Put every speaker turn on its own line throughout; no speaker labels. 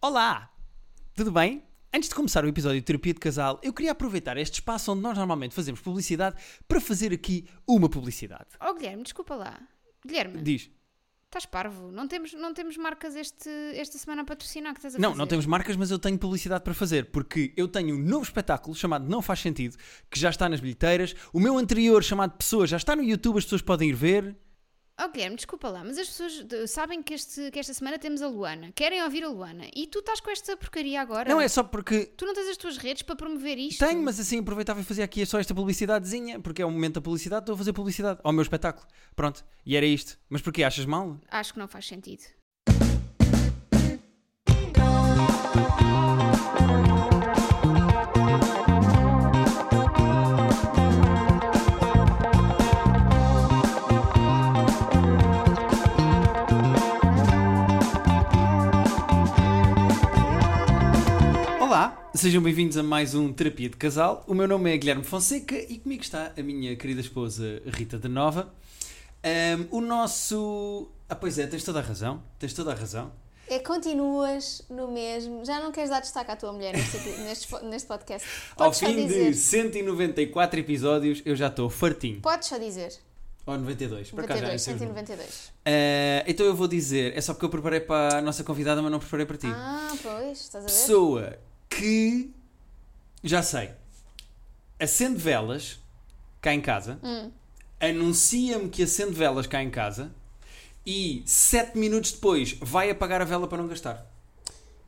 Olá! Tudo bem? Antes de começar o episódio de Terapia de Casal, eu queria aproveitar este espaço onde nós normalmente fazemos publicidade para fazer aqui uma publicidade.
Oh, Guilherme, desculpa lá. Guilherme,
Diz.
estás parvo. Não temos, não temos marcas este, esta semana a patrocinar que estás a
Não,
fazer.
não temos marcas, mas eu tenho publicidade para fazer, porque eu tenho um novo espetáculo chamado Não Faz Sentido, que já está nas bilheteiras. O meu anterior, chamado Pessoas, já está no YouTube, as pessoas podem ir ver.
Oh, Guilherme, desculpa lá, mas as pessoas de- sabem que, este, que esta semana temos a Luana. Querem ouvir a Luana. E tu estás com esta porcaria agora.
Não é só porque
Tu não tens as tuas redes para promover isto?
tenho, mas assim aproveitava e fazia aqui só esta publicidadezinha, porque é o momento da publicidade, estou a fazer publicidade ao meu espetáculo. Pronto, e era isto. Mas porquê? Achas mal?
Acho que não faz sentido.
Olá, sejam bem-vindos a mais um Terapia de Casal. O meu nome é Guilherme Fonseca e comigo está a minha querida esposa Rita de Nova. Ahm, o nosso. Ah, pois é, tens toda a razão. Tens toda a razão.
É continuas no mesmo. Já não queres dar destaque à tua mulher neste, neste, po- neste podcast.
Ao
Podes só
fim de
dizer.
194 episódios, eu já estou fartinho.
Podes só dizer.
Ou 92, por acaso já nem
92,
sei os
192.
números. Ah, Então eu vou dizer, é só porque eu preparei para a nossa convidada, mas não preparei para ti.
Ah, pois, estás a ver?
Pessoa que. Já sei. Acende velas cá em casa.
Hum.
Anuncia-me que acende velas cá em casa. E 7 minutos depois vai apagar a vela para não gastar.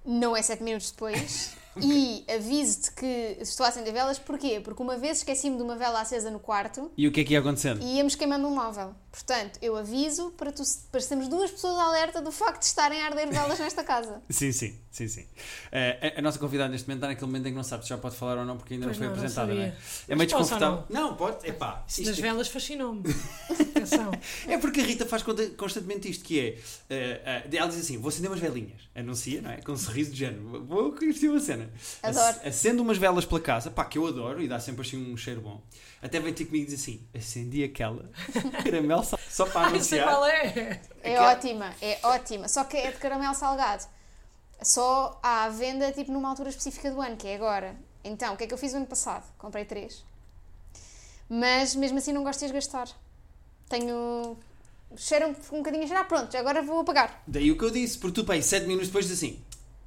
Não é 7 minutos depois. E aviso-te que estou a acender velas, porquê? Porque uma vez esqueci-me de uma vela acesa no quarto
E o que é que ia acontecendo?
e íamos queimando um móvel. Portanto, eu aviso para, tu, para sermos duas pessoas alerta do facto de estarem a arder velas nesta casa.
Sim, sim, sim, sim. Eh, a, a nossa convidada neste momento está naquele momento em que não sabe se já pode falar ou não, porque ainda
Pois
não foi
não, não
apresentada, não é?
sabia.
É
Mas
meio
posso ou
desconfortável. Não, pode, é pá.
Isso das velas fascinou-me. Atenção.
É porque a Rita faz conta- constantemente isto, que é. eh, eh, ela diz assim: vou acender umas velinhas. Anuncia, não é? Com um sorriso de género. Vou curtir uma cena. Ac-
Adoro.
Acendo umas velas pela casa, pá, que eu adoro e dá sempre assim um cheiro bom. Até vem ter comigo e diz assim: acendi aquela caramelo só, só para
Ai, sei qual
anunciar.
é.
É
Aquela-
ótima, é ótima. Só que é de caramelo salgado. Só há à venda tipo numa altura específica do ano, que é agora. Então, o que é que eu fiz o ano passado? Comprei três. Mas mesmo assim não gosto de as gastar. Tenho. Cheiro um, um bocadinho a cheirar. Pronto, agora vou apagar.
Daí o que eu disse, porque tu, bem, 7 minutos depois diz assim: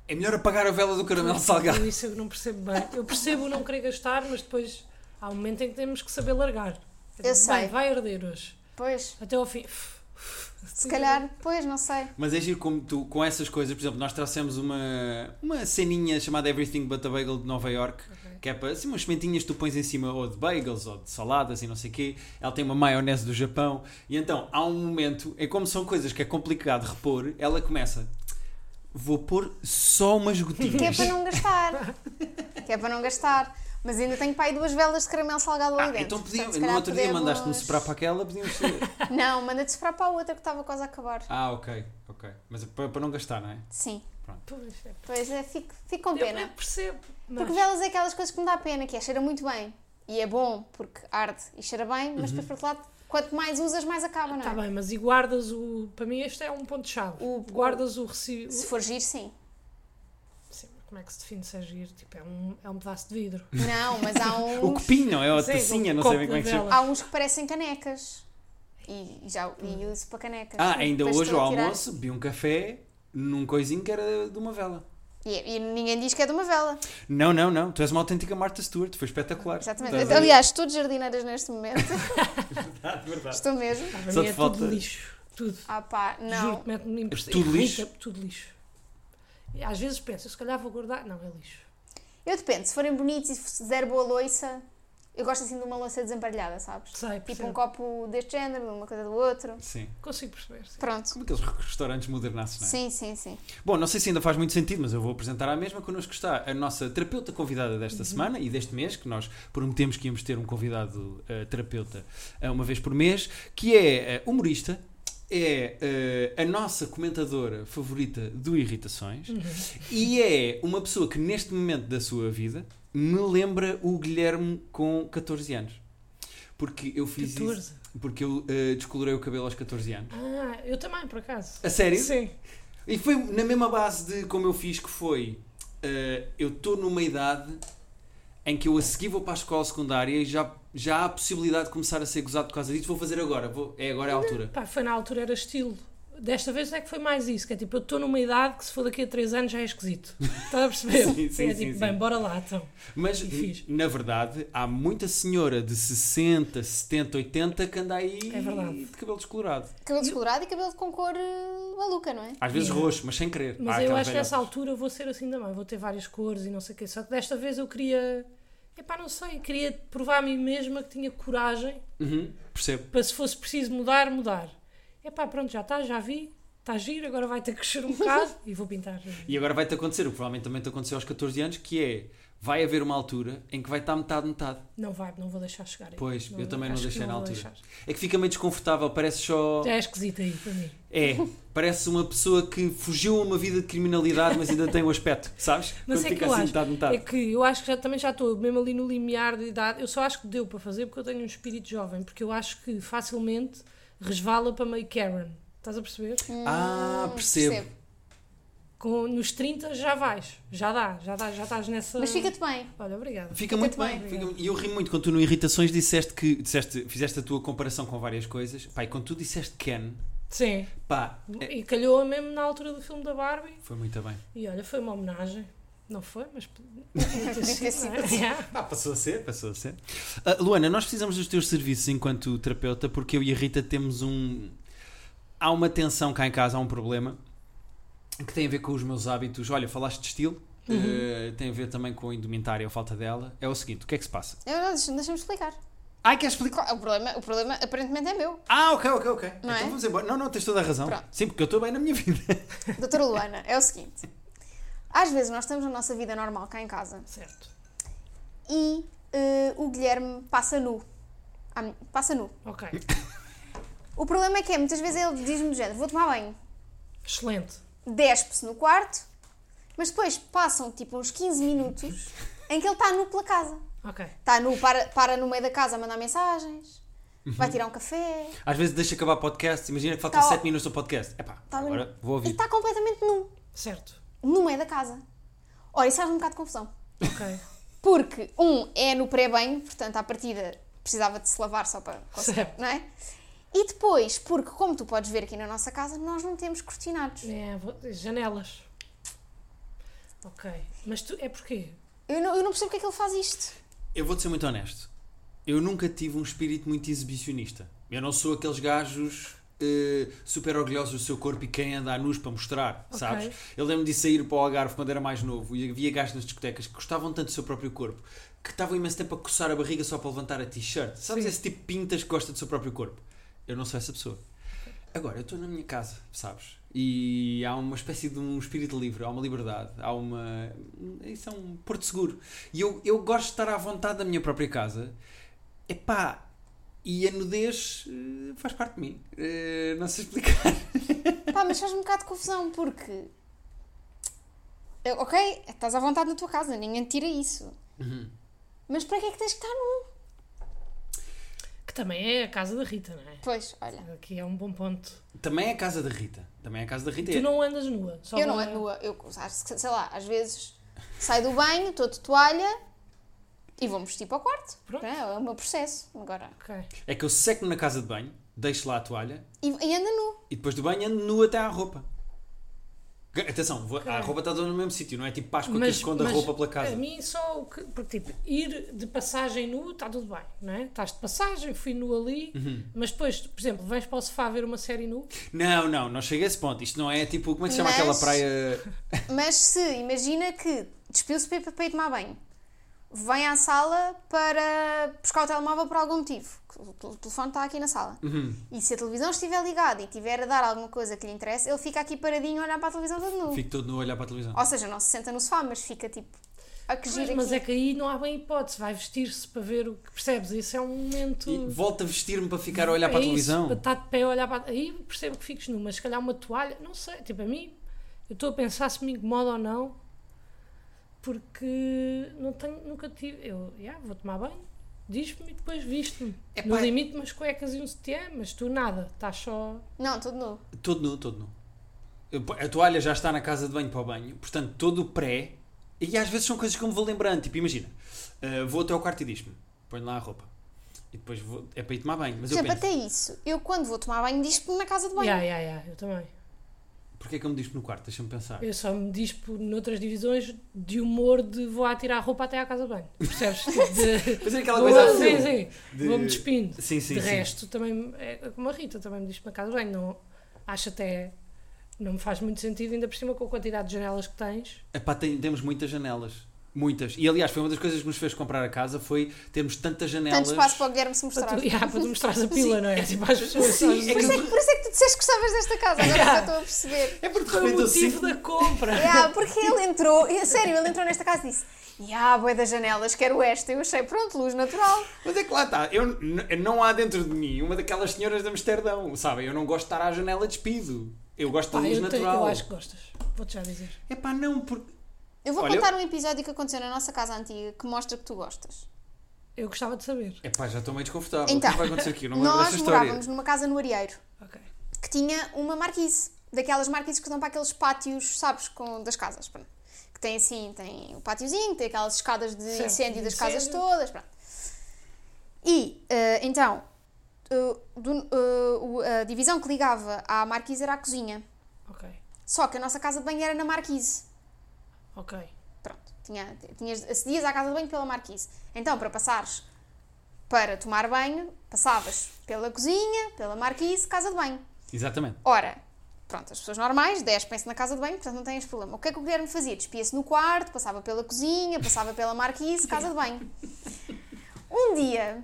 é melhor apagar a vela do caramelo salgado.
Eu isso eu não percebo bem. Eu percebo não querer gastar, mas depois há um momento em que temos que saber largar.
Eu sei.
Bem, vai arder hoje.
Pois,
Até ao fim.
se calhar, pois, não sei.
Mas é giro como tu, com essas coisas, por exemplo, nós trouxemos uma, uma ceninha chamada Everything But a Bagel de Nova York, que é para assim, umas sementinhas que tu pões em cima ou de bagels ou de saladas e não sei o quê. Ela tem uma maionese do Japão. E então há um momento, é como são coisas que é complicado repor, ela começa. Vou pôr só umas gotinhas.
Que é para não gastar. que é para não gastar. Mas ainda tenho para aí duas velas de caramelo salgado ali
Ah,
dentro.
então podiam,
Portanto, se
no
calhar
outro dia
podemos-
mandaste-me soprar para aquela, podíamos.
Não, manda-te soprar para a outra que estava quase a acabar.
ah, ok, ok. Mas é para, para não gastar, não é?
Sim.
Pois, é.
Pois é, fico, fico com
Eu-
pena.
Eu percebo. Mas...
Porque velas é aquelas coisas que me dá pena, que é cheira muito bem. E é bom, porque arde e cheira bem,
Uhum.
mas depois por outro lado, quanto mais usas, mais acaba, não é?
Está tá bem, mas e guardas o. Para mim, este é um ponto-chave.
O-
Guardas o recibo.
Se for giro, sim.
Sim, como é que se define se é giro? Tipo, é um, é um pedaço de vidro.
Não, mas há
O
uns,
copinho, é a
Sim, o
tacinha, não
copo
sei bem como é que
da
se chama.
vela.
há uns que parecem canecas. E, e já e uso para canecas.
Ah, ainda
Depois
hoje
estou
ao
a tirar.
almoço bebi um café num coisinho que era de uma vela.
E, e ninguém diz que é de uma vela.
Não, não, não. Tu és uma autêntica Marta Stewart. Foi espetacular.
Exatamente.
Estás a ver?
Aliás, estou de jardineiras neste momento.
verdade.
estou mesmo.
Para
Só
mim
te
é
falta-
tudo lixo. Tudo.
Ah pá, não.
Juro-te, mete-me impressão.
tudo lixo?
Irrita-me, É Tudo lixo. E às vezes penso, eu se calhar vou guardar. Não, é lixo.
Eu dependo, se forem bonitos e se der boa loiça, eu gosto assim de uma loiça desemparelhada, sabes?
Sei,
Tipo
percebo.
um copo deste género, de uma coisa do outro.
Sim.
Consigo perceber. Sim.
Pronto.
Como aqueles restaurantes modernaços, não é?
Sim, sim, sim.
Bom, não sei se ainda faz muito sentido, mas eu vou apresentar à mesma. Connosco está a nossa terapeuta convidada desta semana e deste mês, que nós prometemos que íamos ter um convidado eh, terapeuta eh, uma vez por mês, que é eh, humorista, é eh, a nossa comentadora favorita do Irritações e é uma pessoa que neste momento da sua vida me lembra o Guilherme com 14 anos. Porque eu fiz isso.
14.
Porque eu eh, descolorei o cabelo aos 14 anos.
Ah, eu também, por acaso.
A É sério?
Sim.
E foi na mesma base de como eu fiz, que foi. eh, eu estou numa idade em que eu a seguir vou para a escola secundária e já, já há a possibilidade de começar a ser gozado por causa disso. Vou fazer agora. Vou, é agora é a altura.
Pá, foi na altura, era estilo. Desta vez é que foi mais isso, que é tipo, eu estou numa idade que se for daqui a 3 anos já é esquisito. Estás a perceber?
Sim, sim,
é
sim,
tipo,
sim.
bem, bora lá então.
Mas,
E fiz.
na verdade, há muita senhora de 60, 70, 80 que anda aí
É verdade.
de cabelo descolorado.
Cabelo descolorado e cabelo com cor eh, maluca, não é?
Às vezes roxo, mas sem querer.
Mas
Há
eu
aquela
acho que é
velha-
nessa altura vou ser assim também, vou ter várias cores e não sei o quê. Só que desta vez eu queria. Epá, não sei, queria provar a mim mesma que tinha coragem
Uhum, percebo.
para se fosse preciso mudar, mudar. Epá, pronto, já está, já vi, está giro, agora vai ter que crescer um bocado e vou pintar.
E agora vai-te acontecer, o que provavelmente também te aconteceu aos 14 anos, que é, vai haver uma altura em que vai estar metade, metade.
Não vai, não vou deixar chegar aí.
Pois, eu também não
acho que
deixei na
vou
altura.
deixar.
É que fica meio desconfortável, parece só...
Já é esquisito aí para mim.
É, parece uma pessoa que fugiu a uma vida de criminalidade, mas ainda tem o aspecto, sabes?
Mas
Quando
é que
fica
eu
assim,
acho,
metade, metade.
é que eu acho que já, também já estou mesmo ali no limiar de idade. Eu só acho que deu para fazer porque eu tenho um espírito jovem, porque eu acho que facilmente resvala para meio Karen. Estás a perceber?
Ah,
Hum,
percebo.
Com, nos 30 já vais, já dá, já dá, já estás nessa.
Mas fica-te bem.
Olha, obrigada.
Fica muito bem.
bem,
fica- E eu ri muito quando tu no Irritações disseste que disseste, fizeste a tua comparação com várias coisas. Pá, e quando tu disseste Ken,
Sim.
pá, é-
E calhou mesmo na altura do filme da Barbie.
foi muito bem.
E olha, foi uma homenagem. Não foi, mas. Podia ter
ter
sido, não é? Yeah.
Ah, passou a ser, passou a ser. Ah, Luana, nós precisamos dos teus serviços enquanto terapeuta porque eu e a Rita temos um. Há uma tensão cá em casa, há um problema que tem a ver com os meus hábitos. Olha, falaste de estilo,
Uhum.
eh, tem a ver também com a indumentária ou falta dela. É o seguinte: o que é que se passa?
Eu- não, deixa- Deixa-me explicar.
Ai, queres explicar?
Qual- O problema, o problema aparentemente é meu.
Ah, ok, ok, ok.
Não
então
é?
vamos embora. Não, não, tens toda a razão.
Pronto.
Sim, porque eu estou bem na minha vida.
Doutora Luana, é o seguinte. Às vezes nós estamos na nossa vida normal cá em casa
Certo.
e eh, o Guilherme passa nu. Ah, passa nu.
Ok.
O problema é que é, muitas vezes ele diz-me do género, vou tomar banho.
Excelente.
Despe-se no quarto, mas depois passam tipo uns 15 minutos em que ele está nu pela casa.
Ok.
Está nu, para, para no meio da casa a mandar mensagens, vai tirar um café,
Às vezes deixa acabar podcast, imagina que faltam
Tá ó-
7 minutos do podcast. Epá,
Tá bem.
agora vou
e
ouvir.
está completamente nu,
Certo.
no meio da casa. Ora, isso faz-me um bocado de confusão.
Ok.
Porque, um, é no pré-banho, portanto, à partida precisava de se lavar só para conseguir,
Certo.
não é? E depois, porque como tu podes ver aqui na nossa casa, nós não temos cortinados.
É, vou- janelas. Ok. Mas tu, é porquê?
Eu não, eu não percebo porque é que ele faz isto.
Eu vou-te ser muito honesto. Eu nunca tive um espírito muito exibicionista. Eu não sou aqueles gajos eh, super orgulhosos do seu corpo e quem anda à nus para mostrar,
Ok.
sabes? Eu lembro de sair para o Algarve quando era mais novo e havia gajos nas discotecas que gostavam tanto do seu próprio corpo que estavam imenso tempo a coçar a barriga só para levantar a t-shirt. Sabes
Sim.
esse tipo de pintas que gosta do seu próprio corpo? Eu não sou essa pessoa. Agora, eu estou na minha casa, sabes? E há uma espécie de um espírito livre, há uma liberdade, há uma. Isso é um porto seguro. E eu, eu gosto de estar à vontade da minha própria casa. Epá, e a nudez eh, faz parte de mim. Eh, Não sei explicar.
Pá, mas faz-me um bocado de confusão, porque. Eu- ok, estás à vontade na tua casa, ninguém te tira isso. Mas para que é que tens que estar nu?
Que também é a casa da Rita, não é?
Pois, olha.
Aqui é um bom ponto.
Também é a casa da Rita. Também é a casa da Rita.
Tu não andas nua. Só
eu não
uma-
ando nua, eu acho que, sei lá, às vezes saio do banho, estou de toalha e vou-me vestir para o quarto.
Pronto.
É o meu processo. Agora.
Ok.
É que eu seco-me na casa de banho, deixo lá a toalha
E, e anda nu.
e depois do banho ando nu até à roupa. Atenção, vou- a roupa está toda no mesmo sítio, não é tipo Páscoa que esconde a
mas
roupa pela casa.
A mim só o que. Porque, tipo, ir de passagem nu está tudo bem, não é? Estás de passagem, fui nu ali,
Uhum.
mas depois, por exemplo, vais para o sofá ver uma série nu.
Não, não, não cheguei a esse ponto. Isto não é tipo, como é que se chama
Mas-
aquela praia?
Mas se, imagina que despiu-se para, ir- para ir tomar banho, vem à sala para buscar o telemóvel por algum motivo, que o tel- telefone está aqui na sala,
Uhum.
e se a televisão estiver ligada e tiver a dar alguma coisa que lhe interessa, ele fica aqui paradinho a olhar para a televisão todo nu.
Fico todo no olhar para a televisão.
Ou seja, não se senta no sofá, mas fica tipo a que gira
mas
aqui.
é que aí não há bem hipótese, vai vestir-se para ver o que percebes. Isso é um momento.
E volto a vestir-me para ficar a olhar para
é
a
isso,
televisão.
para estar de pé a olhar para. Aí percebo que fiques nu, mas se calhar uma toalha, não sei, tipo, a mim, eu estou a pensar se me incomoda ou não, porque não tenho, nunca tive. Eu, já, vou tomar banho, diz-me e depois viste-me. no
pá.
limite, umas cuecas e um sutiã, mas tu nada, estás só.
Não, tudo nu.
Todo nu, todo nu. a toalha já está na casa de banho para o banho, portanto, todo o pré. E às vezes são coisas que eu me vou lembrando. Tipo, imagina, eh, vou até ao quarto e diz-me: ponho lá a roupa. E depois vou- é para ir tomar banho. Mas
Por
eu
exemplo,
penso:
até isso. Eu quando vou tomar banho, dispo na casa de banho.
Yeah, yeah, yeah, eu também.
porquê é que eu me dispo no quarto? Deixa-me pensar.
Eu só me dispo noutras divisões de humor de vou atirar a roupa até à casa de banho. Percebes? Tipo De...
Fazer aquela
Vou-
coisa
sim,
assim.
sim.
de-
Vou-me despindo.
Sim, sim,
de
sim.
resto, também, é como a Rita, também me dispo na casa de banho. Não, acho até. Não me faz muito sentido, ainda por cima com a quantidade de janelas que tens.
Epá, tem- temos muitas janelas. Muitas. E aliás, foi uma das coisas que nos fez comprar a casa foi termos tantas janelas.
Tanto espaço para o Guilherme se mostrar.
Para tu, yeah, para tu mostrares a pila, não é? Tipo, às pessoas
Sim,
sabes,
é
Por, isso é que, por isso é que tu disseste que gostavas desta casa, agora já estou a perceber.
É porque de
foi o
repente eu sinto
motivo da compra.
Yeah, porque ele entrou, e a sério, ele entrou nesta casa e disse: Ya, boé das janelas, quero esta. Eu achei, pronto, luz natural.
Mas é que lá está, eu, n- não há dentro de mim uma daquelas senhoras de Amsterdão, sabem? Eu não gosto de estar à janela despido. Eu gosto da
Pá,
luz
eu, tenho-
natural.
eu acho que gostas. Vou-te já dizer.
É pá, não, porque.
Eu vou
Olha,
contar um episódio que aconteceu na nossa casa antiga que mostra que tu gostas.
Eu gostava de saber.
É pá, já estou meio desconfortável. o
Então,
que vai acontecer aqui? Eu não me lembro
Nós
desta história.
morávamos numa casa no Arieiro
Ok.
que tinha uma marquise, daquelas marquises que dão para aqueles pátios, sabes, com, das casas. pronto. Que tem assim, tem o pátiozinho, tem aquelas escadas de
Certo,
incêndio das
de
casas
incêndio.
todas. Pronto. E eh, então, eh, do- eh, o- a divisão que ligava à marquise era a cozinha.
Ok.
Só que a nossa casa de banho era na marquise.
Ok.
Pronto, tinha, tinhas, acedias à casa de banho pela marquise. Então, para passares para tomar banho, passavas pela cozinha, pela marquise, casa de banho.
Exatamente.
Ora, pronto, as pessoas normais, 10 pensam na casa de banho, portanto não têm este problema. O que é que o Guilherme fazia? Despia-se no quarto, passava pela cozinha, passava pela marquise, casa de banho. Um dia,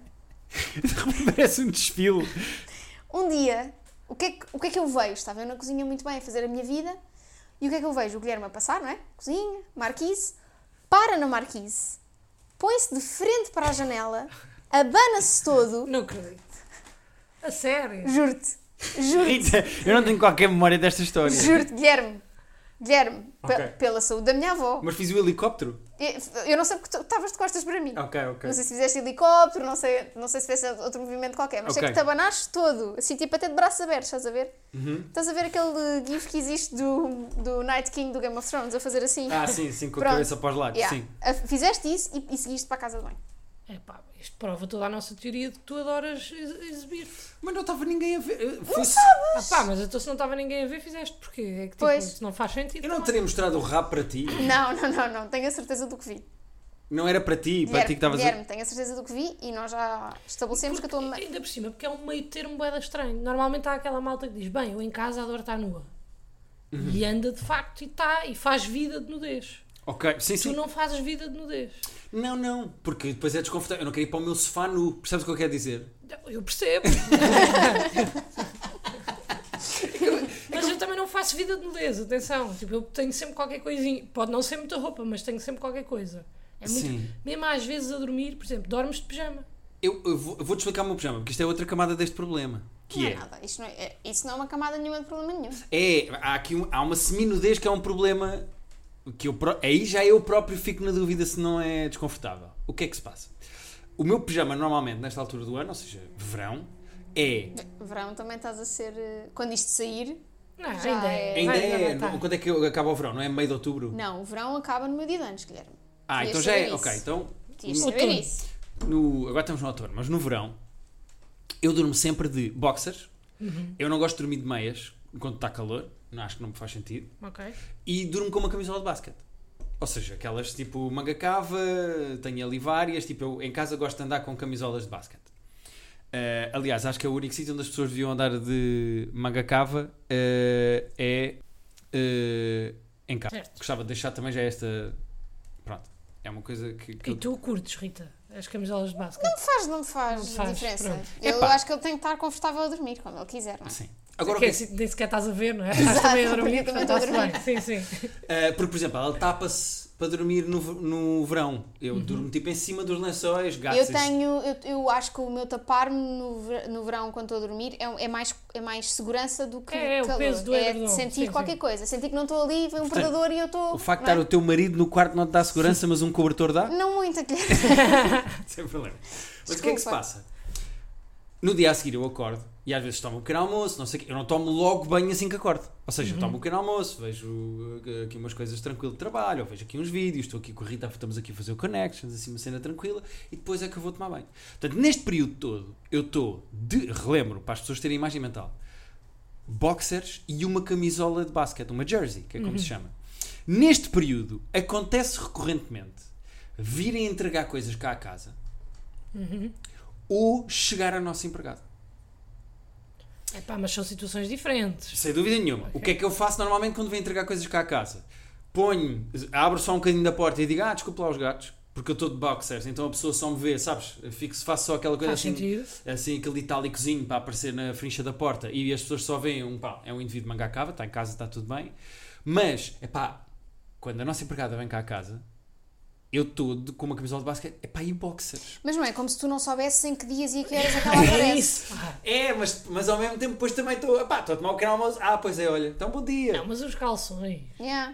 Parece um desfile.
um dia, o que, é que, o que é que eu vejo? Estava eu na cozinha muito bem a fazer a minha vida e o que é que eu vejo? O Guilherme a passar, não é? Cozinha, marquise, para na marquise, põe-se de frente para a janela, abana-se todo,
Não acredito. A sério?
Hum.
juro-te, juro-te.
Rita, eu não tenho qualquer memória desta história.
Juro-te, Guilherme. Guilherme, pe-
Ok.
pela saúde da minha avó.
Mas fiz o helicóptero?
Eu, eu não sei porque tu estavas de costas para mim.
Ok, ok.
Não sei se fizeste helicóptero, não sei, não sei se fizeste outro movimento qualquer, mas sei
Ok.
que te abanaste todo, assim, tipo até de braços abertos, estás a ver?
Uhum.
Estás a ver aquele gif que existe do, do Night King do Game of Thrones a fazer assim?
Ah, sim, sim, com a
Pronto.
cabeça para os lados,
Yeah.
sim.
Ah, Fizeste isso e, e seguiste para a casa de banho.
Epá, isto prova toda a nossa teoria de que tu adoras ex- exibir-te.
Mas não estava ninguém a ver. Eu, fosse-
Ah pá, mas então se não estava ninguém a ver, fizeste porquê? É que tipo,
Pois.
isso não faz sentido.
eu não
também.
teria mostrado o rap para ti.
Não, não, não, não, tenho a certeza do que vi.
Não era para ti, para ti que estavas a.
Guilherme, tenho a certeza do que vi e nós já estabelecemos que a tua. ma-
Ainda por cima, porque é um meio termo boeda estranho. Normalmente há aquela malta que diz, bem, eu em casa adoro estar nua.
Uhum.
E anda de facto e está, e faz vida de nudez.
Ok, sim,
Tu
sim.
não fazes vida de nudez.
Não, não, porque depois é desconfortável. Eu não quero ir para o meu sofá nu. Percebes o que eu quero dizer?
Eu percebo. mas eu também não faço vida de nudez, atenção. Tipo, eu tenho sempre qualquer coisinha. Pode não ser muita roupa, mas tenho sempre qualquer coisa. É muito...
Sim.
Mesmo às vezes a dormir, por exemplo, dormes de pijama.
Eu, eu vou- eu vou-te explicar o meu pijama, porque isto é outra camada deste problema. Que
Não
é.
é nada, isto não é, é- isso não é uma camada nenhuma de problema nenhum.
É, há aqui um- há uma seminudez que é um problema que eu pró- aí já eu próprio fico na dúvida se não é desconfortável. O que é que se passa? O meu pijama normalmente nesta altura do ano, ou seja, verão, é
Verão também estás a ser. eh, Quando isto sair,
Não,
Já
ainda é.
é.
ainda
Vai,
é,
vai, vai.
não- quando é que eu- acaba o verão? Não é meio de outubro?
não, o verão acaba no meu dia de anos, Guilherme.
ah,
Devias
então já é,
saber
OK,
isso.
então
Tinhas de
Outono.
saber isso.
no- agora estamos no outono, mas no verão eu durmo sempre de boxers.
Uhum.
Eu não gosto de dormir de meias quando está calor, não acho que não me faz sentido.
Ok.
e durmo com uma camisola de basquete. Ou seja, aquelas tipo manga cava, tenho ali várias, tipo eu em casa gosto de andar com camisolas de basquete. Eh, aliás, acho que é o único sítio onde as pessoas deviam andar de manga cava eh, é eh, em casa.
Certo.
Gostava de deixar também já esta. Pronto, é uma coisa que. que
E
eu-
tu curtes, Rita, as camisolas de basquete.
Não faz, não faz,
Não faz,
diferença.
pronto.
Eu
Epá.
acho que ele tem que estar confortável a dormir, como ele quiser, não é?
Sim. Agora, o
que
que
é, se- nem sequer estás a ver, não é? Estás também a
Exato,
dormir,
porque eu
portanto,
também
está-se
estou a
bem. Sim, sim.
Uh, porque, por exemplo, ela tapa-se para dormir no, v- no verão. Eu durmo tipo em cima dos lençóis, gatos.
Eu tenho, eu, eu acho que o meu tapar-me no, ver- no verão quando estou a dormir é, um- é mais, é mais segurança do que
É, é o
calor.
peso do
é
edredom.
sentir
Sim,
qualquer
sim.
coisa, sentir que não estou ali, vem um
Portanto,
predador e eu estou.
O facto de
não,
estar o teu marido no quarto não te dá segurança, mas um cobertor dá?
é? não muito, aquele.
Sem problema. Mas o que é que se
Desculpa.
passa? No dia a seguir eu acordo e E às vezes tomo um pequeno almoço, não sei o quê. Eu não tomo logo banho assim que acordo. Ou seja, eu tomo um pequeno almoço, vejo uh, aqui umas coisas tranquilo de trabalho, ou vejo aqui uns vídeos, estou aqui com a Rita, estamos aqui a fazer o Connections, assim uma cena tranquila, e depois é que eu vou tomar banho. Portanto, neste período todo, eu estou de, relembro, para as pessoas terem imagem mental, boxers e uma camisola de basquete, uma jersey, que é como se chama. Neste período, acontece recorrentemente virem entregar coisas cá à casa ou chegar ao nosso empregado.
É pá, mas são situações diferentes.
Sem dúvida nenhuma. O que é que eu faço normalmente quando vem entregar coisas cá à casa? Ponho, abro só um bocadinho da porta e digo, ah, desculpa lá os gatos, porque eu estou de boxers, então a pessoa só me vê, sabes? Fico, faço só aquela coisa
Faz
assim,
sentido.
assim, aquele itálicozinho para aparecer na frincha da porta e as pessoas só veem um pá, é um indivíduo de manga à cava, está em casa, está tudo bem. Mas, é pá, quando a nossa empregada vem cá à casa, eu estou de- com uma camisola de basquete, é pá, e boxers.
Mas não é como se tu não soubesses em que dias e a que horas
Ah,
é que ela aparece.
isso. pá.
É, mas, mas ao mesmo tempo, depois também estou, pá, estou a tomar o canal almoço, ah, pois é, olha, então bom dia.
Não, mas os calções.
Yeah.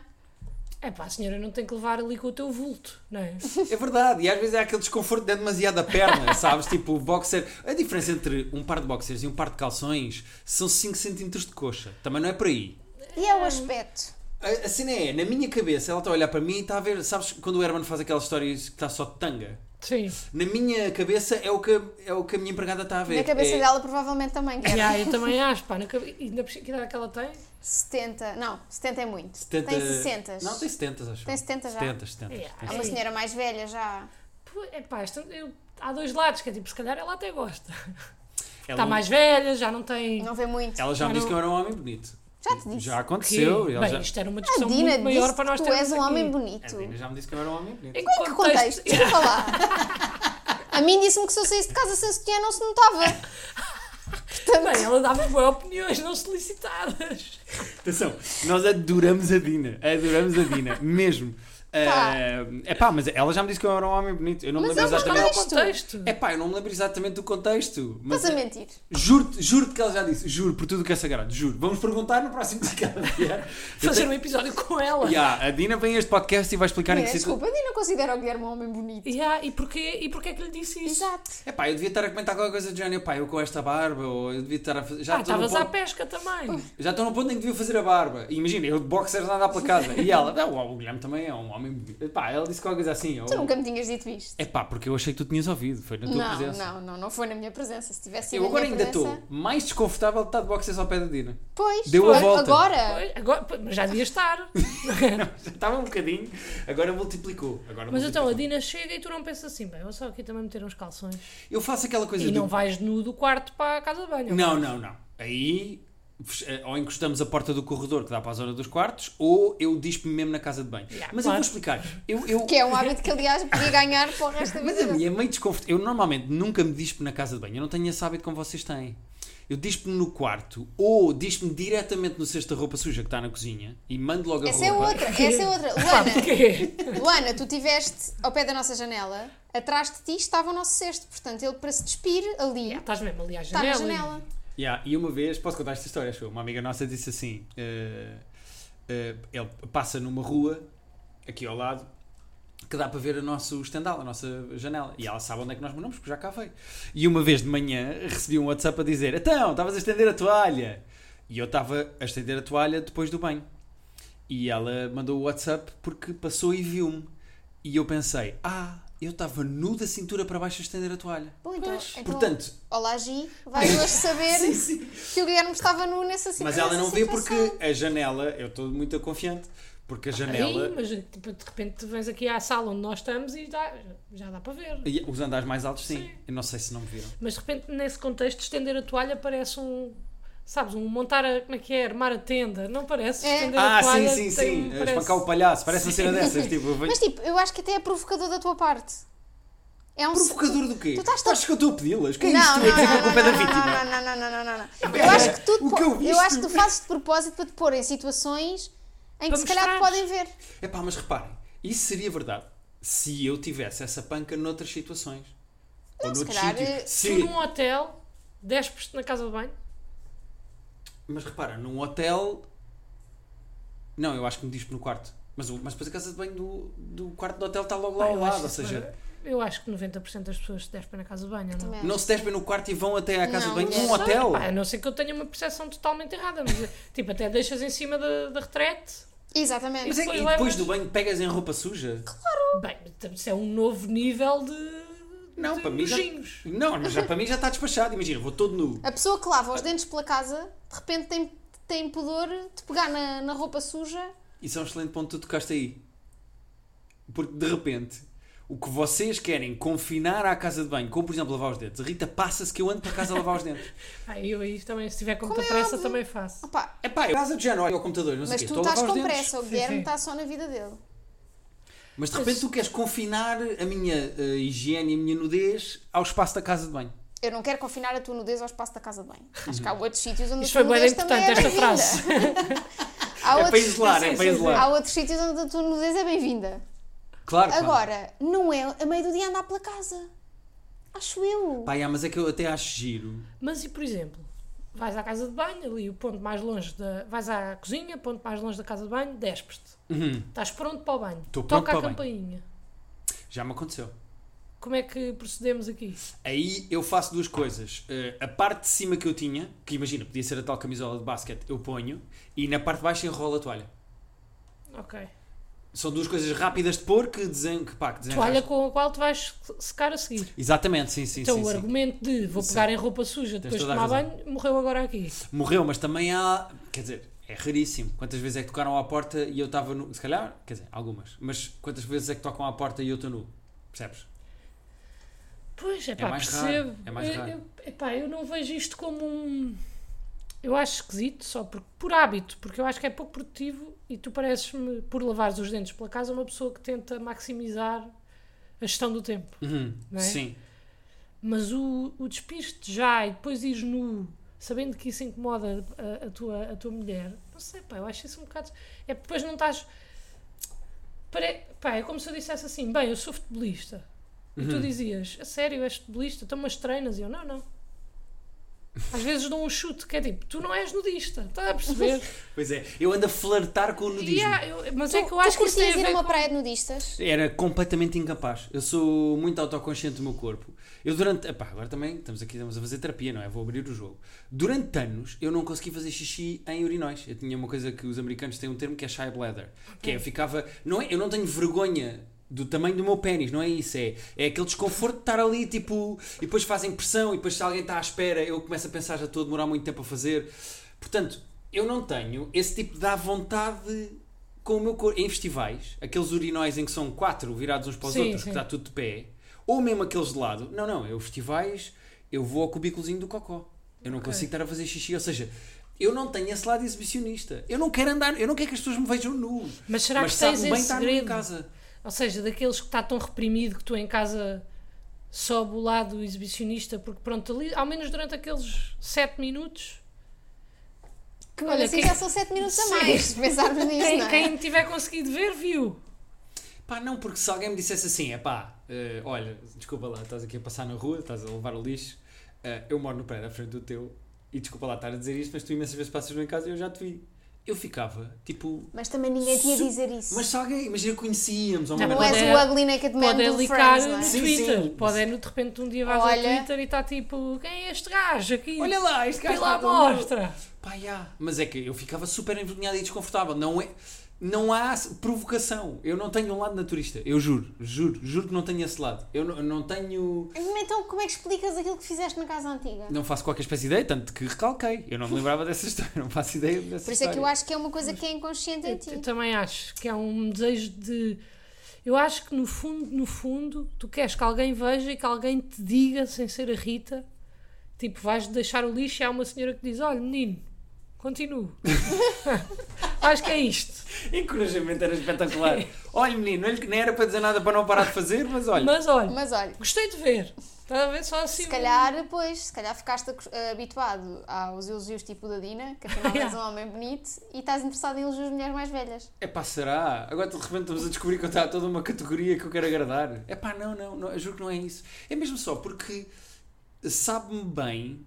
É pá, a senhora não tem que levar ali com o teu vulto, não é?
É verdade, e às vezes é aquele desconforto de dar demasiado a perna, sabes? Tipo, o boxer. A diferença entre um par de boxers e um par de calções são 5 cm de coxa. Também não é por aí.
E é o aspecto.
A, a cena é, na minha cabeça, ela está a olhar para mim e está a ver, sabes, quando o Herman faz aquelas histórias que está só de tanga?
Sim.
Na minha cabeça é o que, é o que a minha empregada está a ver.
Na cabeça
É-
dela, provavelmente também. Que é era
Yeah, eu também acho, pá. Na cabe... Ainda por cima, que idade é que ela tem?
70. Não, 70 é muito.
70
Tem 60.
Não, tem 70, acho.
Tem 70 já?
70, 70.
Yeah.
Tem
É uma senhora mais velha já.
Pô, É pá, esta- eu- há dois lados, que é tipo, se calhar ela até gosta.
Ela,
Está mais velha, já não tem.
Não vê muito.
ela já me
Já
disse
não-
que eu era um homem bonito.
Já te disse.
Já
Que-
aconteceu. ela
Bem,
já...
isto era uma
A
discussão
Ah, Dina
muito maior
disse
para nós
que tu
termos
és um
aqui.
homem
A
bonito.
Dina já me disse que eu era um homem bonito.
Em
Qual é que contexto? Desculpa lá. A mim disse-me que se eu saísse de casa sem sutiã não se notava.
Bem, ela dava boas opiniões não solicitadas.
Atenção, nós adoramos a Dina. Adoramos a Dina, mesmo. É pá, mas ela já me disse que eu era um homem bonito. Eu não me
Mas
lembro
é uma
Qual é o
exatamente.
Isto.
contexto?
É pá, eu não me lembro exatamente do contexto. Mas
Estás a mentir.
juro-te juro que ela já disse. Juro, por tudo que é sagrado. Juro. Vamos perguntar no próximo que ela vier. Eu
Fazer
tenho-
um episódio com ela.
Yeah, a Dina vem a este podcast e vai explicar em
é,
Dina,
que situ-
é? desculpa, a Dina considera o Guilherme um homem bonito.
Yeah, e porquê, e porquê é que lhe disse isso?
Exato.
É pá, eu devia estar a comentar qualquer coisa de género. Pá, eu com esta barba, ou eu devia estar a fazer. Já
ah,
estou no
estavas à
ponto-
pesca também.
Já estou no ponto em que devia fazer a barba. E Imagina, eu de boxers a andar pela casa. E ela, não, o Guilherme também é um homem. bonito." Pá, ela disse qualquer coisa assim.
Tu
ou-
nunca me tinhas dito isto.
É pá, porque eu achei que tu tinhas ouvido, foi na É tua
Não,
presença.
não, não, não foi na minha presença. Se tivesse sido
Eu
na
agora
minha
ainda estou
presença...
mais desconfortável de estar de boxers ao pé da Dina.
Pois,
Deu a
agora-
volta.
agora.
Pois, Agora, pô, mas já devia estar.
Estava um bocadinho, agora multiplicou. Agora
Mas então a
multiplicou.
Dina chega e tu não pensas assim, bem, vou só aqui também meter uns calções.
Eu faço aquela coisa
E
do.
não vais nu do quarto para a casa de banho.
Não, não, não. Aí fech- eh, ou encostamos a porta do corredor que dá para a zona dos quartos, ou eu dispo-me mesmo na casa de banho.
Yeah,
Mas eu
claro.
vou explicar. Eu, eu-
Que é um hábito que, aliás, podia ganhar para o resto da
Mas a
vida.
minha é meio desconfortável. Eu normalmente nunca me dispo na casa de banho. Eu não tenho esse hábito como vocês têm. Eu dispo-me no quarto ou dispo-me diretamente no cesto da roupa suja que está na cozinha e mando logo a
Essa é
roupa.
outra, essa é outra.
Pá,
Luana,
porquê?
Luana, tu tiveste ao pé da nossa janela, atrás de ti estava o nosso cesto, portanto ele para se despir ali,
Yeah, Estás mesmo ali à
está
janela.
na
e-
janela.
Yeah, e uma vez, posso contar esta história, show? Uma amiga nossa disse assim: eh, eh, ele passa numa rua, aqui ao lado, que dá para ver o nosso estendal, a nossa janela. E ela sabe onde é que nós moramos, porque já cá veio. E uma vez de manhã recebi um WhatsApp a dizer: Então, estavas a estender a toalha. E eu estava a estender a toalha depois do banho. E ela mandou o WhatsApp porque passou e viu-me. E eu pensei: Ah, eu estava nu da cintura para baixo a estender a toalha.
Bom, então, então,
Portanto,
olá Gi, vais hoje saber
Sim, sim.
que o Guilherme estava nu nessa situ-
Mas ela
nessa
não vê porque
é situação.
a janela, eu estou muito confiante, porque a
Aí,
janela,
mas tipo, de repente tu vens aqui à sala onde nós estamos e dá- já dá para ver.
e os andares mais altos, sim.
Sim.
Eu não sei se não me viram.
Mas de repente, nesse contexto, estender a toalha parece um. Sabes, um montar a. Como é que é? Armar a tenda. Não parece?
É.
Estender a
Ah,
toalha.
sim, sim,
tem- um
sim.
parece-
Espancar o palhaço, parece uma cena dessas. Tipo, eu venho-
um Mas tipo, eu acho que até é provocador da tua parte. É um
provocador do quê?
tu
Tu
estás-
estás que eu estou a pedi-las? Que é
Não,
isto?
não,
Tu é que é a
não,
culpa da
não, não,
vítima.
não, não, não, não, não, não, não. Eu acho que tu,
O que eu vi
eu acho que tu
isto-
fazes de propósito para te pôr em situações em que
Para
se calhar te
mostrares.
podem ver.
Epá, mas reparem, isso seria verdade se eu tivesse essa panca noutras situações. Ou
se
noutros
calhar, eh,
sítios.
Tu
Se,
num hotel, 10% na casa de banho.
Mas repara, num hotel. Não, eu acho que me dispo no quarto. Mas, o- mas depois a casa de banho do, do quarto do hotel está logo lá
Pá,
ao
eu
lado,
acho
ou
isso
seja,
eu acho que 90% das pessoas se despem na casa de banho, não?
Também
Não se despem no quarto e vão até à casa
Não,
de banho
não
num hotel?
Pá, a não ser que eu tenha uma percepção totalmente errada, mas tipo, até deixas em cima da, da retrete.
Exatamente.
Mas é,
depois
e depois
levas-
do banho pegas em roupa suja?
Bem, então, isso é um novo nível de,
Não,
de
para mim já-
nojinhos.
Não, mas já, para mim já está despachado. Imagina, vou todo nu.
A pessoa que lava os dentes pela casa, de repente tem, tem pudor de pegar na, na roupa suja.
Isso é um excelente ponto que tu tocaste aí. Porque de repente, o que vocês querem confinar à casa de banho, como por exemplo lavar os dentes, a Rita passa-se que eu ando para casa a lavar os dentes.
Ah, eu aí também, se tiver com
é
muita pressa, também faço.
Opa,
É pá, eu casa de género, olho ao computador, não sei o
mas
quê,
tu
estou a
estás
lavar os
com
dentes.
pressa, o
Sim,
Guilherme
sim.
está só na vida dele.
Mas de repente tu queres confinar a minha eh, higiene e a minha nudez ao espaço da casa de banho. É
Eu não quero confinar a tua nudez ao espaço da casa de banho. Acho que há outros sítios onde
Hum. Isto
a
foi
tua
bem
nudez
importante,
também é
esta
bem-vinda.
frase.
Há,
é para
outros,
isolar,
sim,
é para
sim,
isolar.
há outros sítios onde a tua nudez é bem-vinda.
Claro, claro.
Agora, não é a meio do dia andar pela casa. Acho eu.
Pá, yeah, mas é que eu até acho giro.
Mas e por exemplo, vais à casa de banho, ali o ponto mais longe da. vais à cozinha, ponto mais longe da casa de banho, despes-te. Estás pronto para o banho.
Estou pronto
Toca
para o
a
banho.
campainha.
Já me aconteceu.
Como é que procedemos aqui?
Aí eu faço duas coisas. Eh, a parte de cima que eu tinha, que imagina, podia ser a tal camisola de basquete, eu ponho, e na parte de baixo enrolo a toalha.
Ok.
São duas coisas rápidas de pôr que dizem que pá, que
Toalha
desenrasca.
com a qual tu vais secar a seguir.
Exatamente, sim, sim,
então
sim,
o
sim.
argumento de vou
Sim.
pegar em roupa suja depois de
toda a
tomar
razão.
banho morreu agora aqui.
Morreu, mas também há. Quer dizer, é raríssimo. Quantas vezes é que tocaram à porta e eu estava nu? Se calhar, quer dizer, algumas. Mas quantas vezes é que tocam à porta e eu estou nu? Percebes?
Pois, é pá,
mais raro,
percebo.
é mais
eu,
raro.
eu, epá, eu não vejo isto como um. Eu acho esquisito, só por, por hábito, porque eu acho que é pouco produtivo e tu pareces-me, por lavares os dentes pela casa, uma pessoa que tenta maximizar a gestão do tempo.
Uhum,
Não é?
Sim.
Mas o, o despiste já e depois ires nu, sabendo que isso incomoda a, a tua, a tua mulher, não sei, pá, eu acho isso um bocado. É porque depois não estás. Pare... Pá, é como se eu dissesse assim: bem, eu sou futebolista. E tu dizias: a sério, és futebolista, estão umas treinas. E eu: não, não. Às vezes dou um chute que é tipo: tu não és nudista, estás a perceber?
Pois é, eu ando a flertar com o nudismo.
Yeah, eu- mas é que eu
tu
acho que isso tem
curtias
a
ir a
ver
uma
com-
praia de nudistas?
Era completamente incapaz. Eu sou muito autoconsciente do meu corpo. Eu durante. Epá, agora também estamos aqui estamos a fazer terapia, não é? Vou abrir o jogo. Durante anos eu não consegui fazer xixi em urinóis. Eu tinha uma coisa que os americanos têm um termo que é shy bladder. Que é, eu ficava. Não é, eu não tenho vergonha do tamanho do meu pênis, não é isso? É, é aquele desconforto de estar ali, tipo. E depois fazem pressão, e depois se alguém está à espera, eu começo a pensar, já estou a demorar muito tempo a fazer. Portanto, eu não tenho esse tipo de à vontade com o meu corpo em festivais, aqueles urinóis em que são quatro virados uns para os
Sim,
outros,
sim.
que está tudo de pé, ou mesmo aqueles de lado. Não, não, eu festivais, eu vou ao cubículozinho do cocó. Eu não consigo estar a fazer xixi, ou seja, eu não tenho esse lado exibicionista. Eu não quero andar, eu não quero que as pessoas me vejam nu.
Mas será que
sabe
tens
bem
esse
estar nu em
segredo?
casa.
Ou seja, daqueles que está tão reprimido que tu em casa sobe o lado exibicionista, porque pronto, ali, ao menos durante aqueles 7 minutos,
Que
Olha,
mesmo assim
quem-
já são 7 minutos a
Sim.
mais, se pensarmos nisso,
quem,
não é?
quem tiver conseguido ver, viu.
Pá, não, porque se alguém me dissesse assim, é pá, eh, olha, desculpa lá, estás aqui a passar na rua, estás a levar o lixo, eh, eu moro no prédio à frente do teu, e desculpa lá estar a dizer isto, mas tu imensas vezes passas em casa e eu já te vi. Eu ficava, tipo,
Mas também ninguém tinha a
Su-
dizer isso.
Mas se alguém, imagina, conhecíamos ou uma
Não,
não
merda
és
assim.
pode-
o ugly naked man
Pode é
do
licar
Friends, não é?
no
Sim,
Twitter.
sim.
Pode é no, de repente um dia vais ao
Olha.
Twitter e está tipo, quem é este gajo aqui?
Olha lá, este gajo
Pela
está tão louco.
amostra.
Pá, já. Mas é que eu ficava super envergonhado e desconfortável. Não é. Não há provocação. Eu não tenho um lado naturista. Eu juro, juro, juro que não tenho esse lado. Eu não, eu não tenho.
Então como é que explicas aquilo que fizeste na casa antiga?
Não faço qualquer espécie de ideia, tanto que recalquei. Eu não me lembrava dessa história, não faço ideia dessa
Por isso é que eu
história.
acho que é uma coisa que é inconsciente em
Eu,
ti.
eu também acho que é um desejo de. Eu acho que no fundo, no fundo, tu queres que alguém veja e que alguém te diga, sem ser a Rita, tipo, vais deixar o lixo e há uma senhora que diz: Olha, menino, continuo. acho que é isto.
Encorajamento era espetacular. olha, menino, olha que nem era para dizer nada para não parar de fazer, mas olha.
Mas olha,
Mas olha,
gostei de ver. Estás a ver só assim?
se calhar, pois, se calhar ficaste acos- eh, habituado aos elogios tipo da Dina, que afinal és um homem bonito, e estás interessado em elogios de mulheres mais velhas.
É pá, será? Agora de repente estamos a descobrir que eu tenho toda uma categoria que eu quero agradar. É pá, não, não, não, eu juro que não é isso. É mesmo só porque sabe-me bem.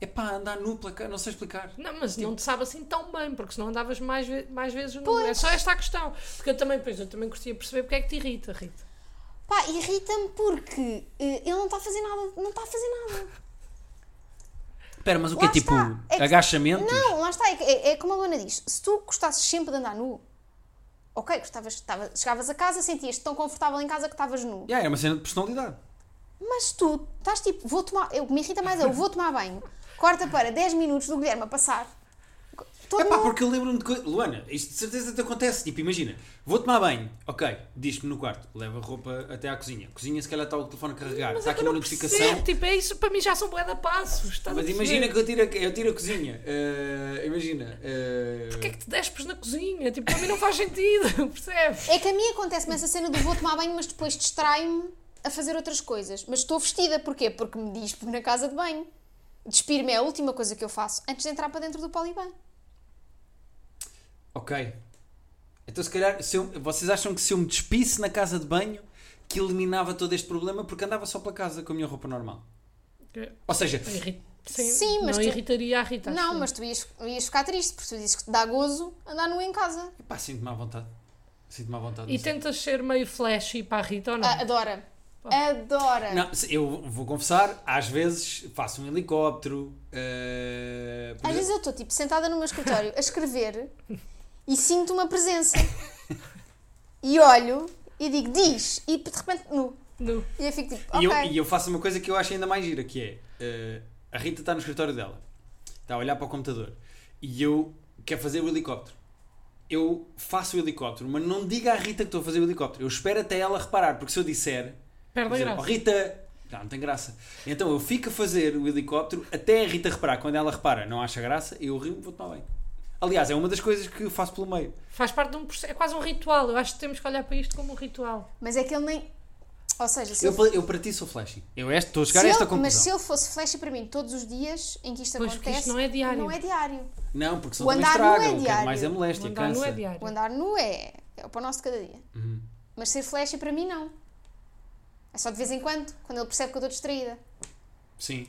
É pá, andar nu pela cara, não sei explicar.
um- Não, mas não te sabe assim tão bem, porque senão andavas mais, ve- mais vezes no. É só esta a questão. Porque eu também, pois, eu também gostaria de perceber porque é que te irrita, Rita.
Pá, irrita-me porque eh, ele não está a fazer nada, não está a fazer nada.
Espera, mas o que é
Lá
tipo
está. É que-
agachamento?
Não, lá está, é, que- é- é como a Luana diz, se tu gostasses sempre de andar nu, ok, gostavas, estava- chegavas a casa, sentias-te tão confortável em casa que estavas nu.
Yeah, é uma cena de personalidade.
Mas tu estás tipo, vou tomar, eu, o que me irrita mais é eu vou tomar banho, corta para 10 minutos do Guilherme a passar, todo
É pá,
nu.
porque eu lembro-me de coisa. Luana, isto de certeza te acontece. Tipo, imagina, vou tomar banho, ok, diz-me no quarto, leva a roupa até à cozinha. Cozinha, se calhar está o telefone a carregar,
Mas
está
é
aqui
que eu
uma
não
notificação.
percebo, tipo, é isso, para mim já são bué de passos. estás a
Mas
perceber?
imagina que eu tiro a, eu tiro a cozinha. eh, imagina. eh,
Porquê é que te despes na cozinha? Tipo, para mim não faz sentido, percebes?
É que a mim acontece-me essa cena do vou tomar banho, mas depois distraio-me a fazer outras coisas. Mas estou vestida, porquê? Porque me dispo na casa de banho. Despir-me é a última coisa que eu faço antes de entrar para dentro do poliban.
Ok. Então, se calhar, se eu- vocês acham que se eu me despisse na casa de banho, que eliminava todo este problema porque andava só pela casa com a minha roupa normal? Ou seja,
Irri- Sim,
Sim, mas
não
tu-
irritaria a Rita. acho
Não,
eu.
mas tu ias, ias ficar triste, porque tu dizes que te dá gozo andar nu em casa.
pá, sinto-me à vontade. Sinto-me à vontade.
E
não sei.
tentas ser meio flashy para a Rita ou não?
Ah, adora. Adora.
Não, se- eu vou confessar, às vezes faço um helicóptero. eh, por
Às vezes
exemplo-
eu estou tipo sentada no meu escritório a escrever e sinto uma presença. E olho e digo, diz, e de repente nu.
No.
E eu fico tipo,
e,
ok.
eu, e eu faço uma coisa que eu acho ainda mais gira, que é eh, a Rita está no escritório dela, está a olhar para o computador e eu quero fazer o helicóptero. Eu faço o helicóptero, mas não diga à Rita que estou a fazer o helicóptero. Eu espero até ela reparar, porque se eu disser,
Perde a
dizer, "Oh,
graça.
Rita, não, não tem graça. Então eu fico a fazer o helicóptero até a Rita reparar. Quando ela repara, não acha graça, eu rio, vou tomar bem. Aliás, é uma das coisas que eu faço pelo meio.
Faz parte de um processo. É quase um ritual. Eu acho que temos que olhar para isto como um ritual.
Mas é que ele nem. Ou seja, se
Eu,
ele
pla- eu para ti sou flashy. Eu este- estou a chegar
Se
a esta
ele-
conclusão.
Mas se ele fosse flash para mim todos os dias em que isto
Pois, porque
acontece.
isto não é diário.
Não é diário.
Não, porque só
O
também
andar nu é
estraga. o que é
diário.
mais é moléstia,
Mandar não
cansa.
é
O
diário.
andar nu é, é o pão nosso de cada dia.
Uhum.
Mas ser flash para mim não. É só de vez em quando, quando ele percebe que eu estou distraída.
Sim.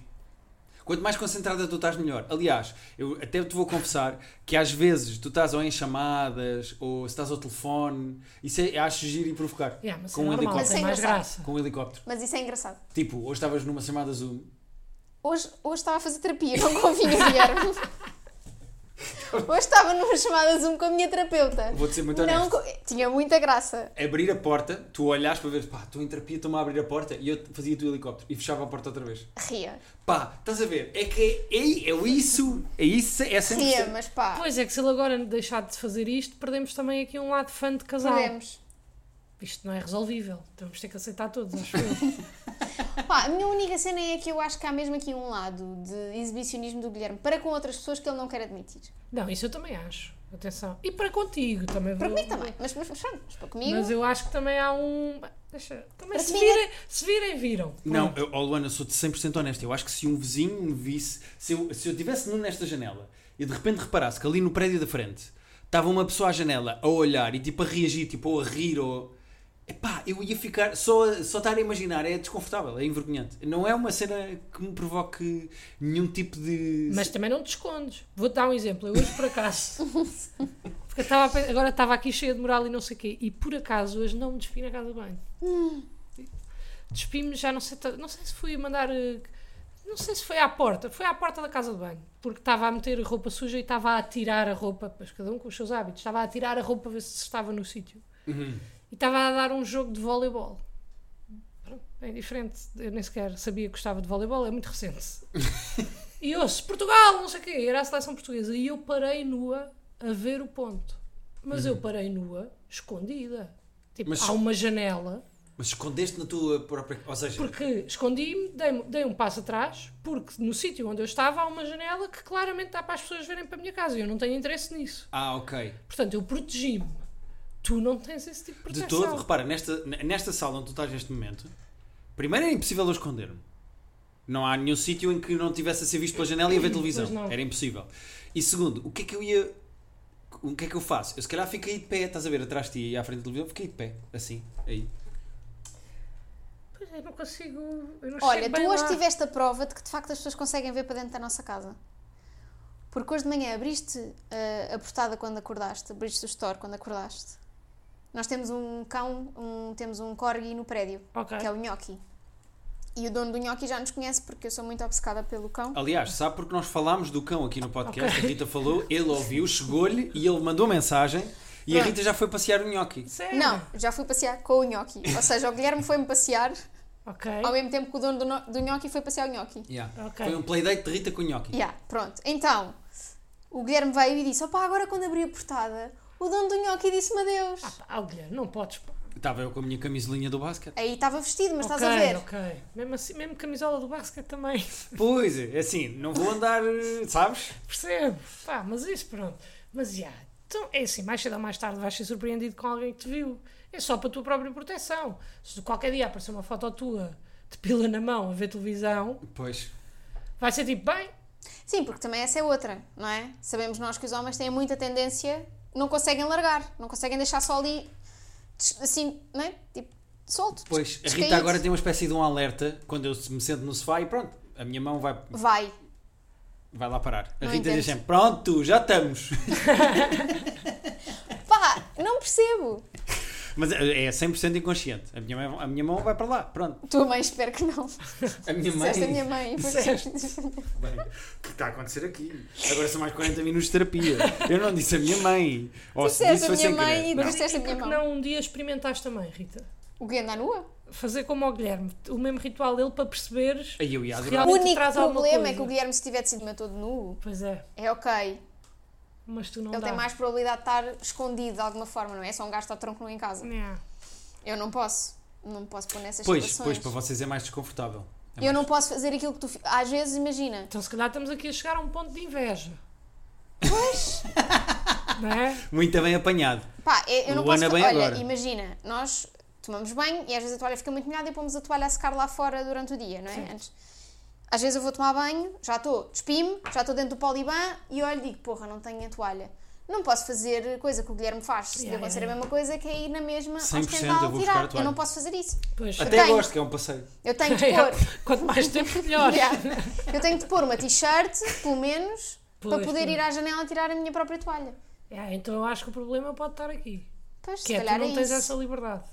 Quanto mais concentrada tu estás, melhor. Aliás, eu até te vou confessar que às vezes tu estás ou em chamadas ou se estás ao telefone. Isso é, acho giro e provocar.
Yeah, mas
com
é
um
normal, né?
helicóptero.
tem mais
engraçado.
graça.
Com um helicóptero.
Mas isso é engraçado.
Tipo, hoje estavas numa chamada Zoom.
Hoje, hoje estava a fazer terapia, não convinha, Guilherme. Hoje estava numa chamada Zoom com a minha terapeuta.
Vou-te ser muito
não,
honesto.
co- Tinha muita graça.
Abrir a porta, tu olhas para ver, pá, estou em terapia, estou-me a abrir a porta e eu fazia o helicóptero e fechava a porta outra vez.
Ria.
Pá, estás a ver? É que é, é, é isso, é isso, é 100%.
Ria, mas pá.
Pois é que se ele agora deixar de fazer isto, perdemos também aqui um lado fã de casal.
Podemos.
Isto não é resolvível. Vamos ter que aceitar todos, acho eu.
Pá, a minha única cena é que eu acho que há mesmo aqui um lado de exibicionismo do Guilherme para com outras pessoas que ele não quer admitir.
Não, isso eu também acho. Atenção. E para contigo também.
Para
vou-
comigo também, mas, mas, mas pronto, mas para comigo.
Mas eu acho que também há um. Deixa. Também
Para
se
ti,
virem, se virem, viram. Pronto.
Não, eu, oh Luana, eu sou-te 100% honesto. Eu acho que se um vizinho me visse, se eu, se eu tivesse nu nesta janela e de repente reparasse que ali no prédio da frente estava uma pessoa à janela a olhar e tipo a reagir, tipo ou a rir ou. Epá, eu ia ficar. Só, só estar a imaginar é desconfortável, é envergonhante. Não é uma cena que me provoque nenhum tipo de.
Mas também não te escondes. Vou-te dar um exemplo. Eu hoje, por acaso. Porque eu estava a pe- agora estava aqui cheia de moral e não sei o quê. E por acaso hoje não me despi na casa de banho. Despi-me já, não sei, ta- não sei se fui mandar. eh, Não sei se foi à porta. Foi à porta da casa de banho. Porque estava a meter roupa suja e estava a tirar a roupa. Pois cada um com os seus hábitos. Estava a tirar a roupa para ver se estava no sítio. E estava a dar um jogo de voleibol. Pronto, Bem diferente. Eu nem sequer sabia que gostava de voleibol. É muito recente. E ouço, Portugal, não sei o quê, era a seleção portuguesa. E eu parei nua a ver o ponto. Mas eu parei nua, escondida. Tipo,
Uhum. Mas-
há uma janela.
Mas escondeste na tua própria. Ou seja,
Porque escondi-me, dei, dei um passo atrás, porque no sítio onde eu estava há uma janela que claramente dá para as pessoas verem para a minha casa. E eu não tenho interesse nisso.
ah, ok.
Portanto, eu protegi-me. Tu não tens esse tipo de
De
proteção.
todo, repara, nesta, n- nesta sala onde tu estás neste momento, primeiro era impossível eu esconder-me. Não há nenhum sítio em que não tivesse a ser visto pela janela e a ver televisão.
Pois não.
Era impossível. E segundo, o que é que eu ia. O que é que eu faço? Eu se calhar fico aí de pé, estás a ver, atrás de ti e à frente da televisão, fiquei de pé, assim, aí.
Pois é, eu não consigo... Eu não
Olha,
chego
tu
bem
hoje
lá.
tiveste a prova de que de facto as pessoas conseguem ver para dentro da nossa casa. eh, Porque hoje de manhã abriste ah, a portada quando acordaste, abriste o store quando acordaste Nós temos um cão, um- temos um corgi no prédio,
Ok.
que é o Gnocchi. E o dono do Gnocchi já nos conhece porque eu sou muito obcecada pelo cão.
Aliás, sabe porque nós falámos do cão aqui no podcast? A Rita falou, ele ouviu, chegou-lhe e ele mandou mensagem e a
Pronto.
Rita já foi passear o nhoque.
Sério?
Não, já fui passear com o Gnocchi. Ou seja, o Guilherme foi-me passear
Ok.
ao mesmo tempo que o dono do, no- do Gnocchi foi passear o Gnocchi.
Yeah.
Ok.
Foi um playdate de Rita com o nhoque.
Yeah, pronto. Então, o Guilherme veio e disse: opá, agora quando abri a portada, o dono do Gnocchi disse-me adeus.
Ah, pá, ah, Guilherme, não podes. pá.
Estava eu com a minha camisolinha do basquete.
Aí estava vestido, mas estás a
Ok,
ver.
Ok, mesmo assim, mesmo camisola do basquete também.
Pois, é assim, não vou andar, eh, sabes?
Percebo. Pá, mas isso, pronto. Mas já. Então, é assim, mais cedo ou mais tarde vais ser surpreendido com alguém que te viu. É só para a tua própria proteção. Se qualquer dia aparecer uma foto tua de pila na mão a ver televisão,
Pois.
vai ser tipo, bem,
Sim, porque também essa é outra, não é? Sabemos nós que os homens têm muita tendência, não conseguem largar, não conseguem deixar só ali, des- assim, não é? Tipo, solto. des-
Pois, a Rita
descaído.
agora tem uma espécie de um alerta quando eu me sento no sofá e pronto, a minha mão vai,
Vai.
vai lá parar. A
Não
Rita diz
entendo.
sempre: Pronto, já estamos.
Pá, não percebo.
Mas é é 100% inconsciente. A minha, mãe- a minha mão vai para lá, pronto.
Tua mãe, espero que não.
A minha mãe.
Disseste a minha mãe. foi-
Bem, o que está a acontecer aqui? Agora são mais 40 minutos de terapia. Eu não disse a minha mãe. Ou se
Disseste
disse
a
foi
minha
sem
mãe
querer.
e
Não.
disseste- Disseste a é assim
e
minha
por que
mão.
não um dia experimentaste também, Rita?
O Guilherme na nua?
Fazer como ao Guilherme, o mesmo ritual dele para perceberes.
Aí eu ia adorar.
Realmente
O
te
único
traz alguma
problema é que
coisa.
o Guilherme, se tivesse sido meu todo nu,
Pois é,
é ok.
mas tu não
Ele
dá.
tem mais probabilidade de estar escondido de alguma forma, não é? É Só um gasto ao tronco nu em casa.
Nhá.
Eu não posso. Não me posso pôr nessas
Pois,
situações.
pois, para vocês é mais desconfortável. É
Eu
mais-
não posso fazer aquilo que tu. fi- Às vezes, imagina.
Então se calhar estamos aqui a chegar a um ponto de inveja. Pois! não é?
Muito bem apanhado.
Pá, é- eu não
Luana
posso.
bem
Olha,
agora.
imagina, nós tomamos banho e às vezes a toalha fica muito molhada e pomos a toalha a secar lá fora durante o dia, não é? Antes. Às vezes eu vou tomar banho, já estou, despimo, já estou dentro do poliban e olho e digo, porra, não tenho a toalha. Não posso fazer coisa que o Guilherme faz. Se lhe
Yeah,
acontecer
yeah,
a mesma coisa, que é ir na mesma
100% eu vou
ostentar
buscar a
tirar. Eu
toalha.
não posso fazer isso.
Pois. É,
Até
tenho.
gosto que é um passeio.
Eu tenho de pôr.
Quanto mais tempo, melhor.
Yeah. Eu tenho de pôr uma t-shirt, pelo menos, para
Pois,
poder
pois.
ir à janela e tirar a minha própria toalha.
Yeah, então eu acho que o problema pode estar aqui.
Pois,
Que
se
é, tu
calhar
não
é
tens
isso.
essa liberdade.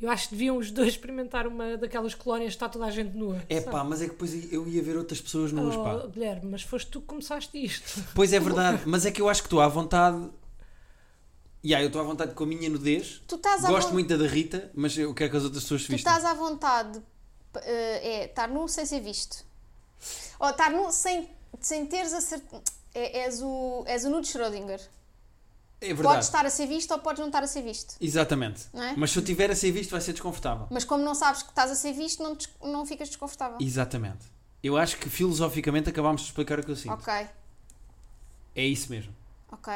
Eu acho que deviam os dois experimentar uma daquelas colónias que está toda a gente nua.
É pá, mas é que depois eu ia ver outras pessoas nuas,
Oh,
pá.
Guilherme, mas foste tu que começaste isto.
Pois é verdade, mas é que eu acho que estou à vontade. E aí eu estou à vontade com a minha nudez.
Tu estás à
Gosto
von-
muito da da Rita, mas eu quero que as outras pessoas se
Tu
vistam.
estás à vontade, p- eh, é estar nu sem ser visto. Ou estar nu sem, sem teres a certeza. és, o, és o nu de Schrödinger.
É
Podes
verdade.
estar a ser visto ou podes não estar a ser visto.
Exatamente.
Não é?
Mas se eu tiver a ser visto, vai ser desconfortável.
Mas como não sabes que estás a ser visto, não, des- não ficas desconfortável.
Exatamente. Eu acho que filosoficamente acabámos de explicar o que eu sinto.
Ok,
É isso mesmo.
ok.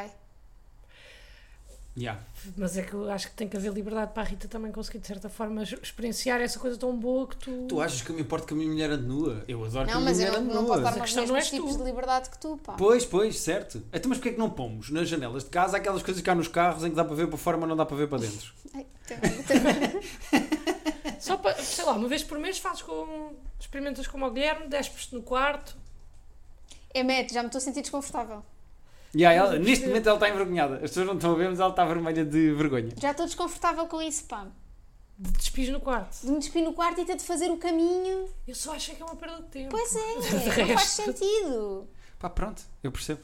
Yeah.
Mas é que eu acho que tem que haver liberdade para a Rita também conseguir, de certa forma, ex- experienciar essa coisa tão boa que tu.
Tu achas que eu me importo que a minha mulher ande nua? Eu adoro que a minha
Hum. Não, mas
mulher
eu
ande
não, não
nua.
posso dar
A
os
questão não és
mesmos
tu.
tipos de liberdade que tu, pá.
é Pois, pois, certo. Então, mas porquê é que não pomos nas janelas de casa aquelas coisas que há nos carros em que dá para ver para fora, mas não dá para ver para dentro?
Ai, também- também-
Só para, sei lá, uma vez por mês fazes com. experimentas como o Guilherme, despes-te no quarto.
É médio, já me estou a sentir desconfortável.
E aí, ela-
Mas eu
neste
percebo.
momento ela está envergonhada. As pessoas não estão a ver, mas ela está vermelha de vergonha.
Já estou desconfortável com isso, pá.
de Despis no quarto.
De me um despir no quarto e ter de fazer o caminho.
Eu só acho que é uma perda de tempo.
Pois é,
De
não faz
resto.
sentido.
Pá, pronto, eu percebo.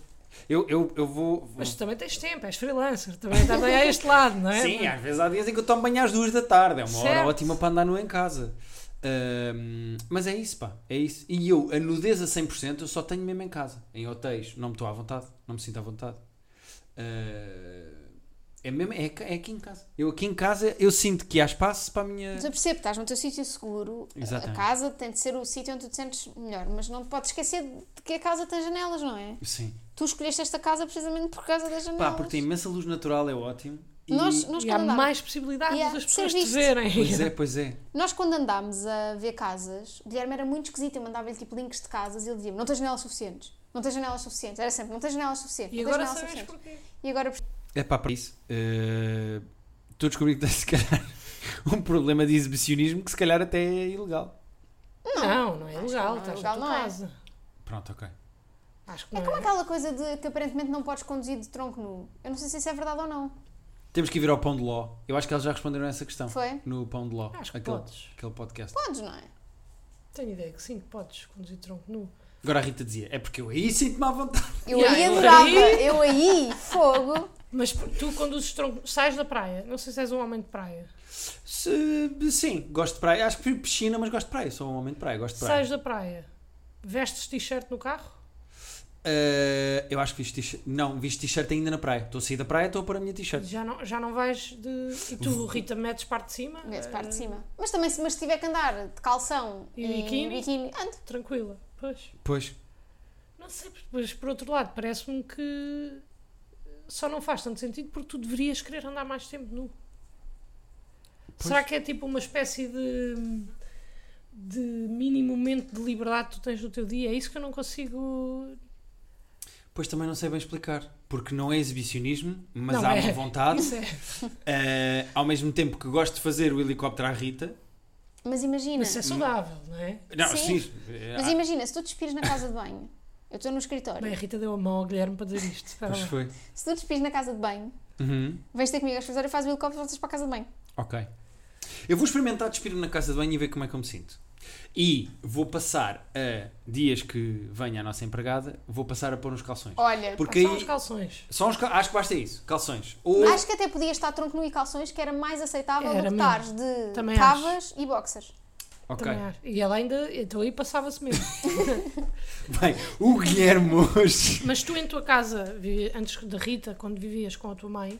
Eu, eu, eu vou.
Mas tu também tens tempo, és freelancer, também também há este lado, não é?
Sim, às vezes há dias em que eu tomo banho às duas da tarde. É uma hora
Certo.
ótima para andar nu em casa. Ahm, mas é isso, pá. É isso. E eu, a nudez a 100%, eu só tenho mesmo em casa. Em hotéis. Não me estou à vontade. Não me sinto à vontade. Ah, é mesmo. É, ca- é aqui em casa. Eu aqui em casa, eu sinto que há espaço para a minha.
Mas eu percebo, estás no teu sítio seguro. a-
Exatamente.
A casa tem de ser o sítio onde tu te sentes melhor, mas não te podes esquecer de que a casa tem janelas, não é?
Sim.
Tu escolheste esta casa precisamente por causa das janelas.
Pá, porque tem imensa luz natural, é ótimo. E-
Nós, nós,
E há
quando andá-
mais possibilidades
Yeah,
das
ser
pessoas te
visto.
verem.
Pois é, pois é.
nós quando andámos a ver casas, o Guilherme era muito esquisito, eu mandava-lhe tipo links de casas e ele dizia-me, não tens janelas suficientes, não tens janelas suficientes, era sempre, não tens janelas suficientes,
E
não tens
agora
janelas
sabes
suficientes.
porquê.
E agora
É pá, para isso. eh, Estou a descobrir que tens, se calhar, um problema de exibicionismo que, se calhar, até é ilegal.
Não, não é legal,
não é
estás na
legal,
tua
não é.
casa.
Pronto, ok.
Acho que
é
não
como
é.
aquela coisa de que aparentemente não podes conduzir de tronco nu. Eu não sei se isso é verdade ou não.
Temos que ir vir ao Pão de Ló. Eu acho que eles já responderam a essa questão.
Foi?
No Pão de Ló.
Acho que
aquele,
podes.
aquele podcast.
Podes, não é?
Tenho ideia que sim, que podes conduzir tronco nu.
Agora a Rita dizia: é porque eu aí sinto-me à vontade.
Eu
Yeah,
aí
eu
adorava.
aí-
Eu aí, fogo.
Mas tu conduzes tronco, sais da praia. Não sei se és um homem de praia.
Se- sim, gosto de praia. Acho que prefiro piscina, mas gosto de praia. Sou um homem de praia, gosto de praia.
Sais da praia. Vestes t-shirt no carro?
Eh, eu acho que viste t-shirt. Não, viste t-shirt ainda na praia. Estou a sair da praia, estou a pôr a minha t-shirt.
Já não, já não vais de. E tu, Rita, metes parte de cima?
Metes parte de
eh,
cima. Mas também, se- mas se tiver que andar de calção
E
e,
biquíni?
biquíni, ando.
Eh, Tranquila. Pois.
Pois.
Não sei, mas por outro lado, parece-me que só não faz tanto sentido porque tu deverias querer andar mais tempo nu. Será que é tipo uma espécie de, de mini momento de liberdade que tu tens no teu dia? É isso que eu não consigo.
Pois também não sei bem explicar. Porque não é exibicionismo, mas
Não
há
é.
uma vontade.
Isso é-
Eh, ao mesmo tempo que gosto de fazer o helicóptero à Rita.
Mas imagina.
Mas é saudável, não é?
Não, sim.
Sim.
eh,
Mas
ah,
imagina, se tu despires na casa de banho, eu estou no escritório,
Bem, a Rita deu a mão ao Guilherme para dizer isto. Espera
Pois
lá.
foi.
se tu despires na casa de banho,
Uhum.
vens ter comigo ao escritório, faz o helicóptero e voltas para a casa de banho.
Ok. Eu vou experimentar despir-me na casa de banho e ver como é que eu me sinto. E vou passar a dias que venha a nossa empregada, vou passar a pôr uns calções.
Olha,
Porque aí.
Só os calções.
Só uns cal- acho que basta isso, calções. Ou
acho que até podias estar tronco nu e calções, que era mais aceitável
Era
do que
mesmo.
estares de
Também
cavas e boxers.
Ok.
Também é. acho. E ela ainda. Então aí passava-se mesmo.
Bem, o Guilherme hoje.
Mas tu em tua casa, vi- antes da Rita, quando vivias com a tua mãe,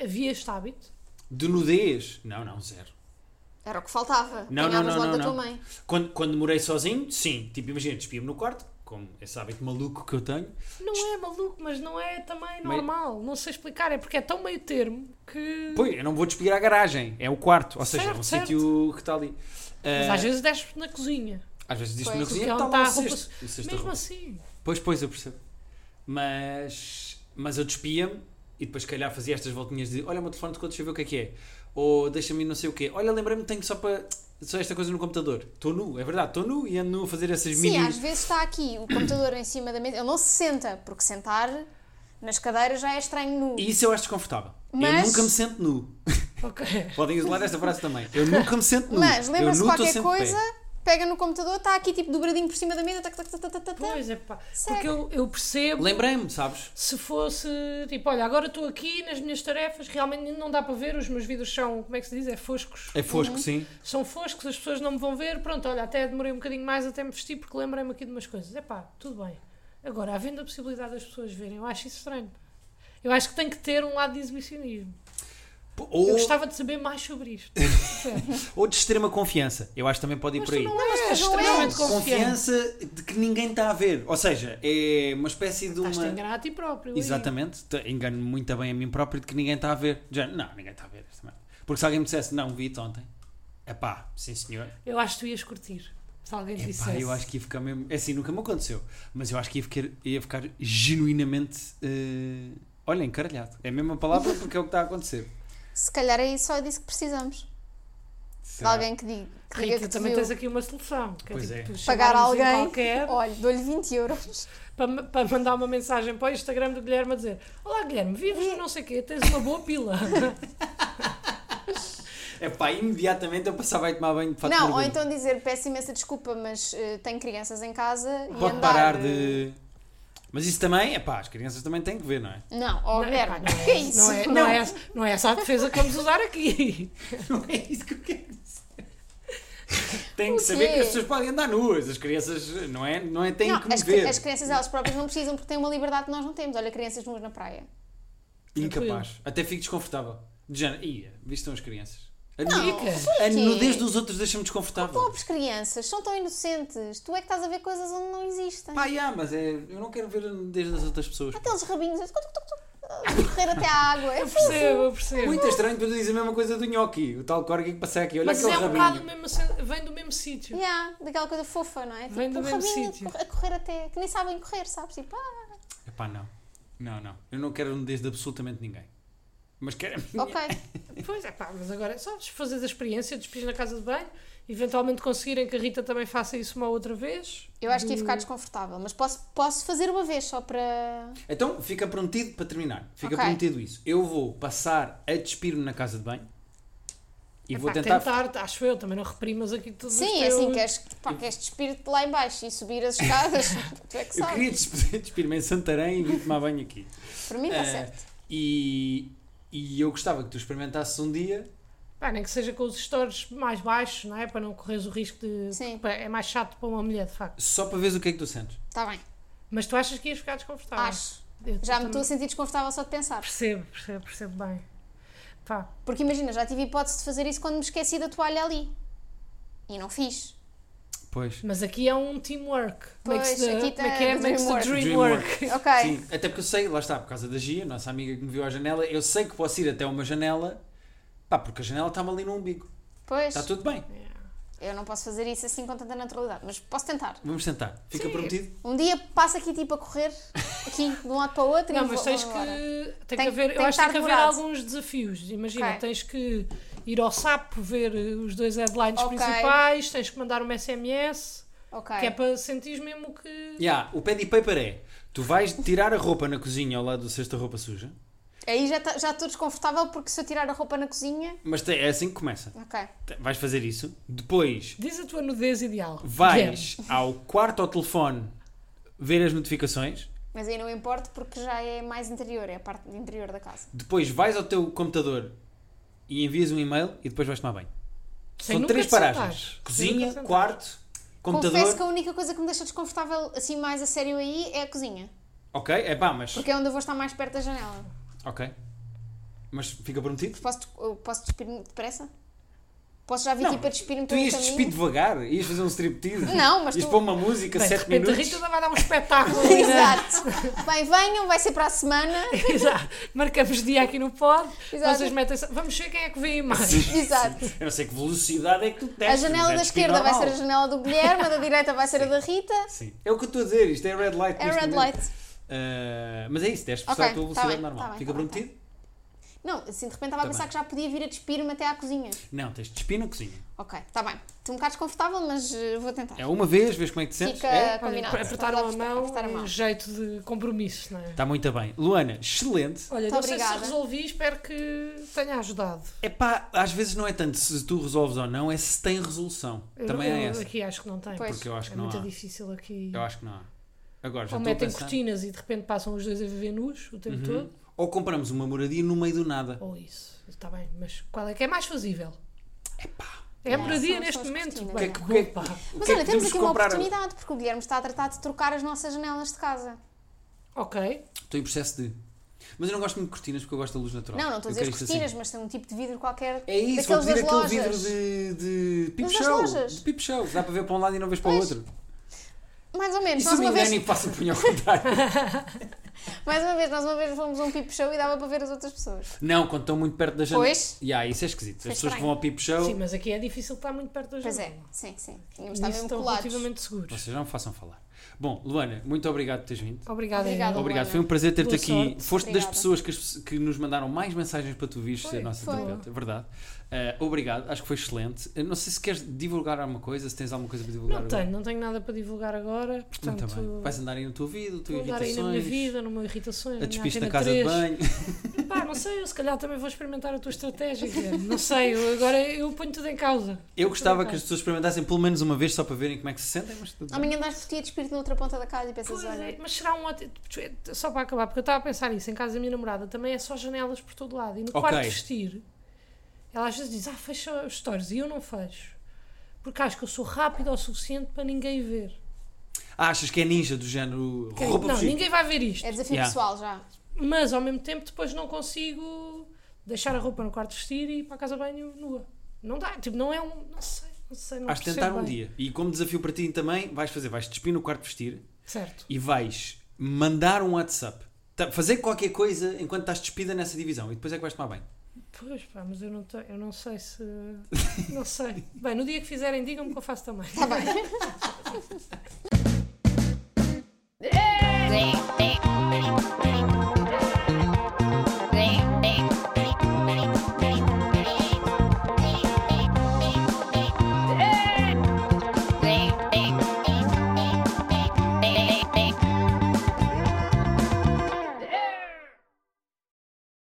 havia este hábito?
De nudez? Não, não, zero.
Era o que faltava.
Não, não,
Apanhavas
não,
logo
não,
da
não.
tua mãe.
Quando, quando morei sozinho, sim. Tipo, imagina, despia-me no quarto, como esse hábito maluco que eu tenho.
Não é maluco, mas não é também
Meio-
normal. Não sei explicar, é porque é tão meio termo que.
Pois, eu não vou despir à garagem, é o quarto. Ou seja, é um
Certo, certo.
sítio que está ali.
Mas
Ah,
às vezes desce na cozinha.
às vezes diz-me na
Pois,
cozinha
porque
que
onde
está lá
está tá a
o
roupa
cesto- o cesto da
Mesmo
roupa.
assim.
Pois, pois, eu percebo. Mas, mas eu despia-me e depois, se calhar, fazia estas voltinhas de olha o meu telefone tocou, deixa eu ver o que é que é. Ou deixa-me ir não sei o quê. Olha, lembrei-me, tenho só para. Só esta coisa no computador. Estou nu, é verdade, estou nu e ando nu a fazer essas
Sim,
mini.
às vezes está aqui o computador em cima da mesa. Ele não se senta, porque sentar nas cadeiras já é estranho nu.
E isso eu acho desconfortável. Eu
Mas-
nunca me sento nu.
Ok.
Podem isolar esta frase também. Eu nunca me sento nu.
Mas
Eu
lembra-se
nu
de
estou
qualquer
sempre de pé.
coisa, pega no computador, está aqui tipo dobradinho por cima da mesa, tac, tac, tac, tac, tac, tac.
Pois é, pá.
Sério.
Porque eu, eu percebo.
Lembrei-me, sabes?
Se fosse tipo, olha, agora estou aqui nas minhas tarefas, realmente não dá para ver, os meus vídeos são, como é que se diz? É foscos.
É fosco, sim.
São foscos, as pessoas não me vão ver. Pronto, olha, até demorei um bocadinho mais até me vestir porque lembrei-me aqui de umas coisas. É pá, tudo bem. Agora, havendo a possibilidade das pessoas verem, eu acho isso estranho. Eu acho que tem que ter um lado de exibicionismo.
P- Ou,
Eu gostava de saber mais sobre isto.
ou de extrema confiança. Eu acho que também pode ir
Mas
por aí.
tu não és
Mas não
extremamente
és.
confiante.
confiança de que ninguém está a ver. Ou seja, é uma espécie de
Estás-te a
uma.
enganar a ti próprio. aí.
Exatamente, Te- engano muito bem a mim próprio de que ninguém está a ver. Já, não, ninguém está a ver esta merda. Porque se alguém me dissesse, não, vi-te ontem, é pá, sim senhor.
Eu acho que tu ias curtir. Se alguém te
É
dissesse.
pá, eu acho que ia ficar mesmo. É assim, nunca me aconteceu, mas eu acho que ia ficar, ia ficar genuinamente. eh, Olha, encaralhado. É a mesma palavra porque é o que está a acontecer.
Se calhar é só disso que precisamos. De
Será?
alguém que diga que, diga
Rita,
que te
também
viu.
tens aqui uma solução. Que
Pois
é. Tipo, tu
pagar
chamares em
alguém.
Qualquer,
Olha, dou-lhe 20 euros.
para, ma- para mandar uma mensagem para o Instagram do Guilherme a dizer: Olá Guilherme, vives
Hum.
no não sei o quê, tens uma boa pila.
É pá, imediatamente eu passava a ir tomar banho de fato.
não, ou
mergulho.
então dizer peço imensa desculpa, mas eh, tenho crianças em casa e
Pode
andar.
parar
eh,
de. Mas isso também, é pá, as crianças também têm que ver, não é?
Não, ó
Não, epá,
Guilherme,
não é-
que é isso?
Não é, não, é essa, não é essa a defesa que vamos usar aqui.
Não é isso que eu quero dizer. Tem
O
que saber
quê?
que as pessoas podem andar nuas, as crianças não é, não é têm
Não,
que me
as,
ver.
as crianças elas próprias não precisam porque têm uma liberdade que nós não temos. Olha, crianças nuas na praia.
Incapaz. Até fico desconfortável. De género, ia, vistam as crianças. A, nu-
Dicas.
a É, nudez dos outros deixa-me desconfortável.
Pobres crianças, são tão inocentes. Tu é que estás a ver coisas onde não existem.
Pá, já, mas é, eu não quero ver a nudez das outras pessoas.
Aqueles rabinhos tuc, tuc, tuc, tuc, a correr até à água. É
Eu percebo, eu percebo.
É Muito estranho quando diz a mesma coisa do nhoque, o tal corgi que passei aqui. Olha
Mas
aquele
é um bocado o
rabinho.
mesmo, sen- vem do mesmo sítio.
Yeah, daquela coisa fofa, não é?
Vem do
um
mesmo
rabinho
sítio.
a correr até. que nem sabem correr, sabes? Tipo, ah,
Epá, não. Não, não. Eu não quero nudez de absolutamente ninguém. Mas quero a minha.
Ok.
Pois é, pá, mas agora é só fazer a experiência, despir na casa de banho, eventualmente conseguirem que a Rita também faça isso uma outra vez.
Eu acho que ia
Do-
ficar desconfortável, mas posso, posso fazer uma vez só para.
Então fica prometido para terminar. Fica
Ok.
prometido isso. Eu vou passar a despir-me na casa de banho e vou
Epá, tá
tentar.
acho eu, também não reprimas aqui tudo
Sim, assim queres, pá, queres despir-te lá em baixo e subir as escadas. tu é que
Eu
sabes.
queria despe- despir-me em Santarém e vim tomar banho aqui.
Para
Tá
mim está
Eh,
certo.
E, e eu gostava que tu experimentasses um dia.
Pá, nem que seja com os stories mais baixos, não é? Para não correres o risco de.
Sim.
Pá, É mais chato para uma mulher, de facto.
Só para veres o que é que tu sentes.
Está Tá bem.
Mas tu achas que ias ficar desconfortável?
Acho.
Tá Eu
Já me
também-
estou a sentir desconfortável só de pensar.
Percebo, percebo, percebo bem. Pá,
Porque imagina, já tive hipótese de fazer isso quando me esqueci da toalha ali. E não fiz.
Pois.
mas aqui é um teamwork.
Pois,
makes the,
aqui tá
como é que é?
o
Makes the
dream
dream,
work.
work.
Ok.
Sim, até porque eu sei, lá está, por causa da Gia, nossa amiga que me viu à janela, eu sei que posso ir até uma janela, pá, porque a janela está-me ali no umbigo.
Pois.
Está Tá tudo bem.
Eu não posso fazer isso assim com tanta naturalidade, mas posso tentar.
Vamos tentar. Fica
Sim.
prometido?
Um dia passo aqui tipo a correr, aqui de um lado para o outro
Não,
e
mas
vou
tens
embora.
que.
Tem-
Tem, que haver,
tem
eu
que
acho
estar
que tem que haver
demorado.
alguns desafios. Imagina,
Ok.
tens que ir ao sapo ver eh, os dois headlines
Ok.
principais, tens que mandar um SMS,
Ok.
que é para sentir mesmo que.
Ya, o pad e paper é: tu vais tirar a roupa na cozinha ao lado do cesto da roupa suja,
Aí já tá- já estou desconfortável porque se eu tirar a roupa na cozinha.
mas te- é assim que começa.
Ok.
Te- Vais fazer isso, depois
Diz a tua nudez ideal.
vais ao quarto ao telefone ver as notificações,
Mas aí não importa porque já é mais interior, é a parte de interior da casa.
depois vais ao teu computador e envias um e-mail e depois vais tomar banho.
Sem
São
nunca
três
te
paragens:
sentares. Sem
cozinha,
nunca te
quarto,
Confesso
computador.
que a única coisa que me deixa desconfortável assim mais a sério aí é a cozinha.
Ok, é pá, mas.
Porque é onde eu vou estar mais perto da janela.
Ok. Mas fica prometido?
Posso, des- eu posso despir-me depressa? Posso já vir
Não,
aqui para despir-me
Tu
pelo
ias
caminho?
despir devagar? Ias fazer um striptease?
Não, mas
Ias
tu-
pôr uma música,
Bem, de
sete
repente a
minutos?
Rita vai dar um espetáculo. ali, né?
Exato. Bem, venham, vai ser para a semana.
Exato. Marcamos dia aqui no pod.
Exato.
Vocês metem-se. Vamos ver quem é que vem mais.
Exato.
Eu não sei que velocidade é que tu tens.
A janela da esquerda vai ser a janela do Guilherme, a da direita vai ser a da Rita.
Sim. É o que eu estou a dizer, isto é red light.
É
neste
red
momento.
light.
Ah, mas é isso, tens de
Ok,
passar a tua
tá
velocidade
bem,
normal.
tá bem,
Fica
tá bem,
prometido?
Não, assim de repente estava a
Tá
pensar
bem.
que já podia vir a despir-me até à cozinha.
Não, tens de despir na cozinha.
Ok, está bem. Estou um bocado desconfortável, mas eh, vou tentar.
É uma vez, vês como é que te sentes.
Fica
É?
combinado.
Olha, apertaram a
Vamos lá
mão,
apertar a
é um jeito de compromisso, não é?
Está muito bem. Luana, excelente.
Olha,
Muito
não sei
obrigada.
se resolvi, espero que tenha ajudado.
É pá, às vezes não é tanto se tu resolves ou não, é se tem resolução.
Eu-
Também
eu,
é essa.
Aqui acho que não tem.
Pois.
Porque eu acho que
é
não
muito
há.
difícil aqui.
Eu acho que não há. Agora já estou
Ou
a
metem
pensar. Uhum.
cortinas e de repente passam os dois a viver nus o tempo todo.
Ou compramos uma moradia no meio do nada.
Ou isso. Está bem, mas qual é que é mais fazível? É
Yeah.
por dia
São-
neste
são as
momento.
cortinas.
Bem,
Que- que-
opa.
O
Mas
que é
olha,
que
temos
que
aqui uma
comprar?
oportunidade, porque o Guilherme está a tratar de trocar as nossas janelas de casa.
Ok.
Estou em processo de. Mas eu não gosto muito de cortinas porque eu gosto da luz natural.
Não, não estou a
Eu
dizer
quero
as
isto
cortinas,
assim.
mas tem um tipo de vidro qualquer.
É isso, vou pedir
daqueles das
aquele vidro
lojas.
de, de
Mas
pipo
das
show.
lojas.
De pipo show. Dá para ver para um lado e não vês para o
Pois. é
outro.
Mais ou menos.
Isso
Nós
me
uma,
engana
vez,
e passa o punho ao contrário.
mais uma vez, nós uma vez fomos a um pipo show e dava para ver as outras pessoas.
não, quando estão muito perto da janela.
Pois.
Yeah, isso é esquisito. As
Foi
pessoas que
estranho.
vão ao pipo show,
Sim, mas aqui é difícil estar muito perto da
Pois é,
janela.
sim, sim. Tínhamos de estar
Nisso
mesmo
estão
colados.
relativamente seguros.
vocês não me façam falar. Bom, Luana, muito obrigado por teres vindo.
Obrigada.
Obrigada.
Ana.
Obrigado,
Luana.
foi um prazer ter-te
Boa
aqui.
sorte.
Foste das
Obrigada.
pessoas que, as- que nos mandaram mais mensagens para tu vires
Foi,
ser a nossa
foi.
terapeuta, é verdade. Eh, obrigado, acho que foi excelente. Eu não sei se queres divulgar alguma coisa, se tens alguma coisa para divulgar.
Não
agora.
tenho, não tenho nada para divulgar agora. Portanto,
Muito bem. Vais andar aí no teu ouvido, tu
vou andar aí
irritações,
na minha vida, no meu irritações,
a
na minha
despiste na
Antena
casa
3.
de banho.
Pá, não sei, eu se calhar também vou experimentar a tua estratégia, Guilherme. Não sei, eu- agora eu ponho tudo em causa.
Eu gostava que as pessoas experimentassem pelo menos uma vez só para verem como é que se sentem, mas tudo bem.
Amanhã andas por ti a despir-te na outra ponta da casa e pensas,
Pois é,
olha.
mas será um ótimo. Só para acabar, porque eu estava a pensar nisso, em casa da minha namorada também é só janelas por todo lado. E no
Ok.
quarto de vestir, ela às vezes diz: Ah, fecha os stories. E eu não fecho. Porque acho que eu sou rápida o suficiente para ninguém ver.
Ah, achas que é ninja do género roupa
não,
fugir?
ninguém vai ver isto.
É desafio
Yeah.
pessoal já.
Mas ao mesmo tempo, depois não consigo deixar a roupa no quarto de vestir e ir para a casa de banho nua. Não dá, tipo, não é um. Não sei, não sei. Não
Hás de tentar
percebo
um
bem.
dia. E como desafio para ti também, vais fazer, vais despir no quarto de vestir
Certo.
e vais mandar um WhatsApp. Ta- Fazer qualquer coisa enquanto estás despida nessa divisão e depois é que vais tomar banho.
Pois pá, mas eu não, te- eu não sei se. Não sei. Bem, no dia que fizerem, digam-me que eu faço também.
Está bem.